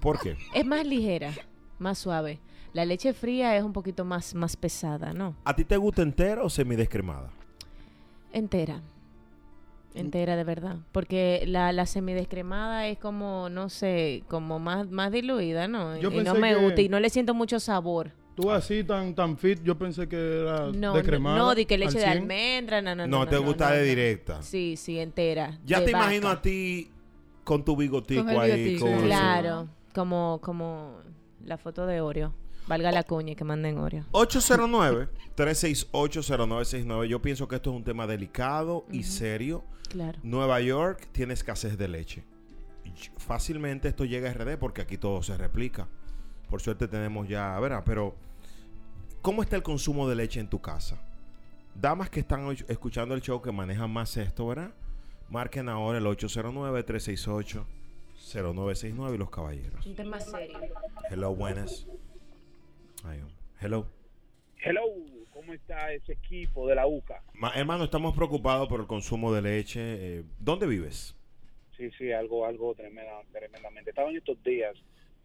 ¿Por qué?
Es más ligera, más suave. La leche fría es un poquito más, más pesada, ¿no?
¿A ti te gusta entera o semidescremada?
Entera. Entera de verdad. Porque la, la semidescremada es como, no sé, como más, más diluida, ¿no?
Yo
y no
pensé
me
que-
gusta y no le siento mucho sabor.
Tú así tan, tan fit, yo pensé que era
No, no,
de cremada.
no, di que leche de
al 100.
almendra, no, no,
No,
no.
te gusta de
no.
directa.
Sí, sí, entera.
Ya
de
te imagino
vaca.
a ti con tu bigotico
Con el
ahí.
bigotico.
con su-
Claro, como, como la foto de Oreo. Valga la cuña y que manden Oreo.
809-368-0969. Yo pienso que esto es un tema delicado y serio.
Claro.
Nueva York tiene escasez de leche. Y Fácilmente esto llega a RD porque aquí todo se replica. Por suerte tenemos ya, verá, pero ¿cómo está el consumo de leche en tu casa? Damas que están hoy escuchando el show que manejan más esto, ¿verdad? Marquen ahora el 809-368-0969 y los caballeros.
Un tema serio.
Hello, buenas. Ay, hombre. Hello.
Hello, ¿cómo está ese equipo de la UCA?
Ma- hermano, estamos preocupados por el consumo de leche. Eh, ¿Dónde vives?
Sí, sí, algo, algo tremenda, tremendamente. Estaba en estos días,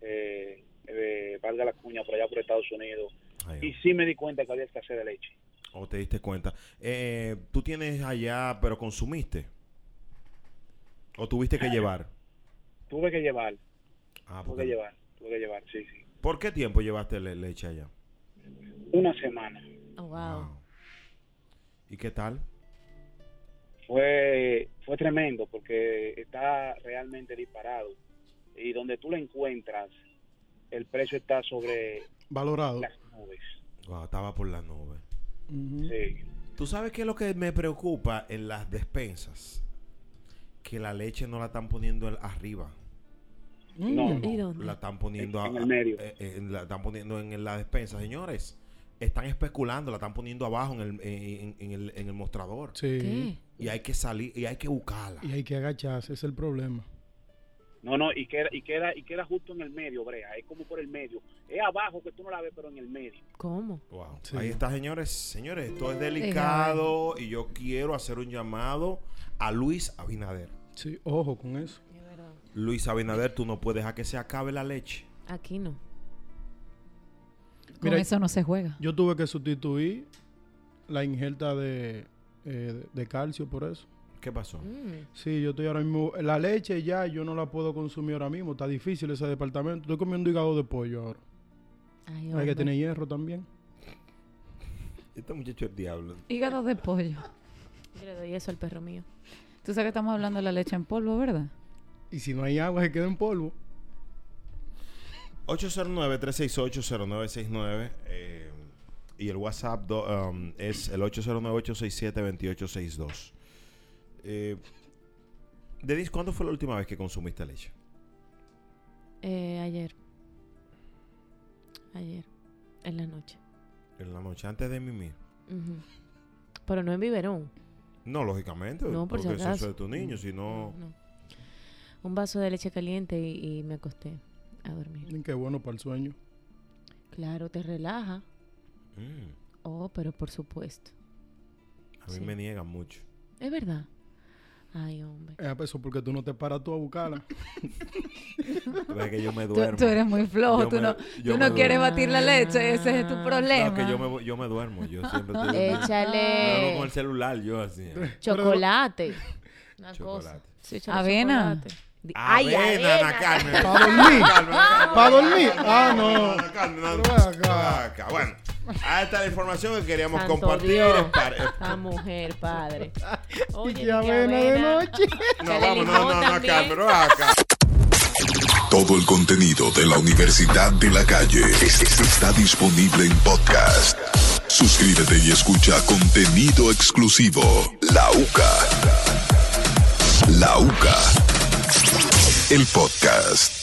eh, eh, valga la cuña, por allá por Estados Unidos,
Ay, hombre.
y sí me di cuenta que había escasez de leche.
¿O te diste cuenta? Eh, tú tienes allá, pero consumiste. ¿O tuviste que llevar?
Ah, Tuve que llevar.
Ah,
Tuve que
porque-
llevar, tuve que llevar, sí, sí.
¿Por qué tiempo llevaste le- leche allá? Ah.
Una semana.
Oh, wow.
¿Y qué tal?
Fue, fue tremendo porque está realmente disparado. Y donde tú la encuentras, el precio está sobre
Oh.
Valorado.
las nubes.
Wow, estaba por la nube.
Ujú.
Sí.
¿Tú sabes qué es lo que me preocupa en las despensas? Que la leche no la están poniendo al- arriba.
Mm.
No,
¿Y dónde?
La están poniendo
En
a-
el medio.
eh, eh, la están poniendo en, en la despensa, señores. Están especulando, la están poniendo abajo en el, en- en el- en el mostrador.
Sí.
¿Qué?
Y hay que salir, y hay que buscarla.
Y hay que agacharse, ese es el problema.
No, no, y queda, y queda, y queda justo en el medio, Brea, es como por el medio. Es abajo que tú no la ves, pero en el medio.
¿Cómo?
Wow.
Sí.
Ahí está, señores. Señores, esto es delicado y yo quiero hacer un llamado a Luis Abinader.
Sí, ojo con eso.
Es verdad.
Luis Abinader, tú no puedes dejar que se acabe la leche.
Aquí no.
Con
Mira,
eso no se juega.
Yo tuve que sustituir la injerta de, eh, de- de calcio por eso.
¿Qué pasó?
Mm.
Sí, yo estoy ahora mismo. La leche ya yo no la puedo consumir ahora mismo. Está difícil ese departamento. Estoy comiendo hígado de pollo ahora.
Ay,
Hay
hombre.
que tener hierro también.
Este muchacho es diablo.
Hígado de pollo.
Yo le doy eso al perro mío.
Tú sabes que estamos hablando de la leche en polvo, ¿verdad?
Y si no hay agua, se queda en polvo.
809-368-0969. eh, y el WhatsApp do- um, es el 809-867-2862. Eh, Denis, ¿cuándo fue la última vez que consumiste leche?
Eh, ayer. Ayer. En la noche.
En la noche, antes de mimir.
Ujú. Pero no en biberón.
No, lógicamente.
No, por si
porque eso es
acaso.
de tu niño, si no.
No. Un vaso de leche caliente y, y me acosté a dormir.
Dicen que es bueno para el sueño.
Claro, te relaja.
Mm,
Oh, pero por supuesto.
a mí
Sí.
me niegan mucho.
Es verdad. Ay, hombre.
Eh, pues, eso porque tú no te paras tú a buscarla.
Tú ves que yo me
Tú,
duermo.
tú eres muy flojo,
Yo
tú
me-
no,
yo
tú
me
no quieres
duermo.
batir la leche, ese es tu
No,
problema.
No, que yo me, vo- yo me duermo. Yo siempre estoy durmiendo. Yo hablo con
Échale
el celular, yo así.
chocolate. Una
Chocolate.
cosa. Sí, échale
Avena.
chocolate. Di- Ay,
Avena,
avena.
Ah, Ana Carmen.
¿Para dormir? ¿Para dormir? Ah,
Ana
no.
Carmen, no,
Pero ven acá.
acá. Bueno, ahí está la información que queríamos
Santo
compartir. eh,
Dios.
Es para-
La mujer, padre. Oye,
Y
di que
avena de
avena.
noche.
No,
Échale
vamos, no, no,
limón
no, Ana
también.
Carmen, ven acá.
Todo el contenido de la Universidad de la Calle es- es- está disponible en podcast. Suscríbete y escucha contenido exclusivo. La UCA. La UCA. El podcast.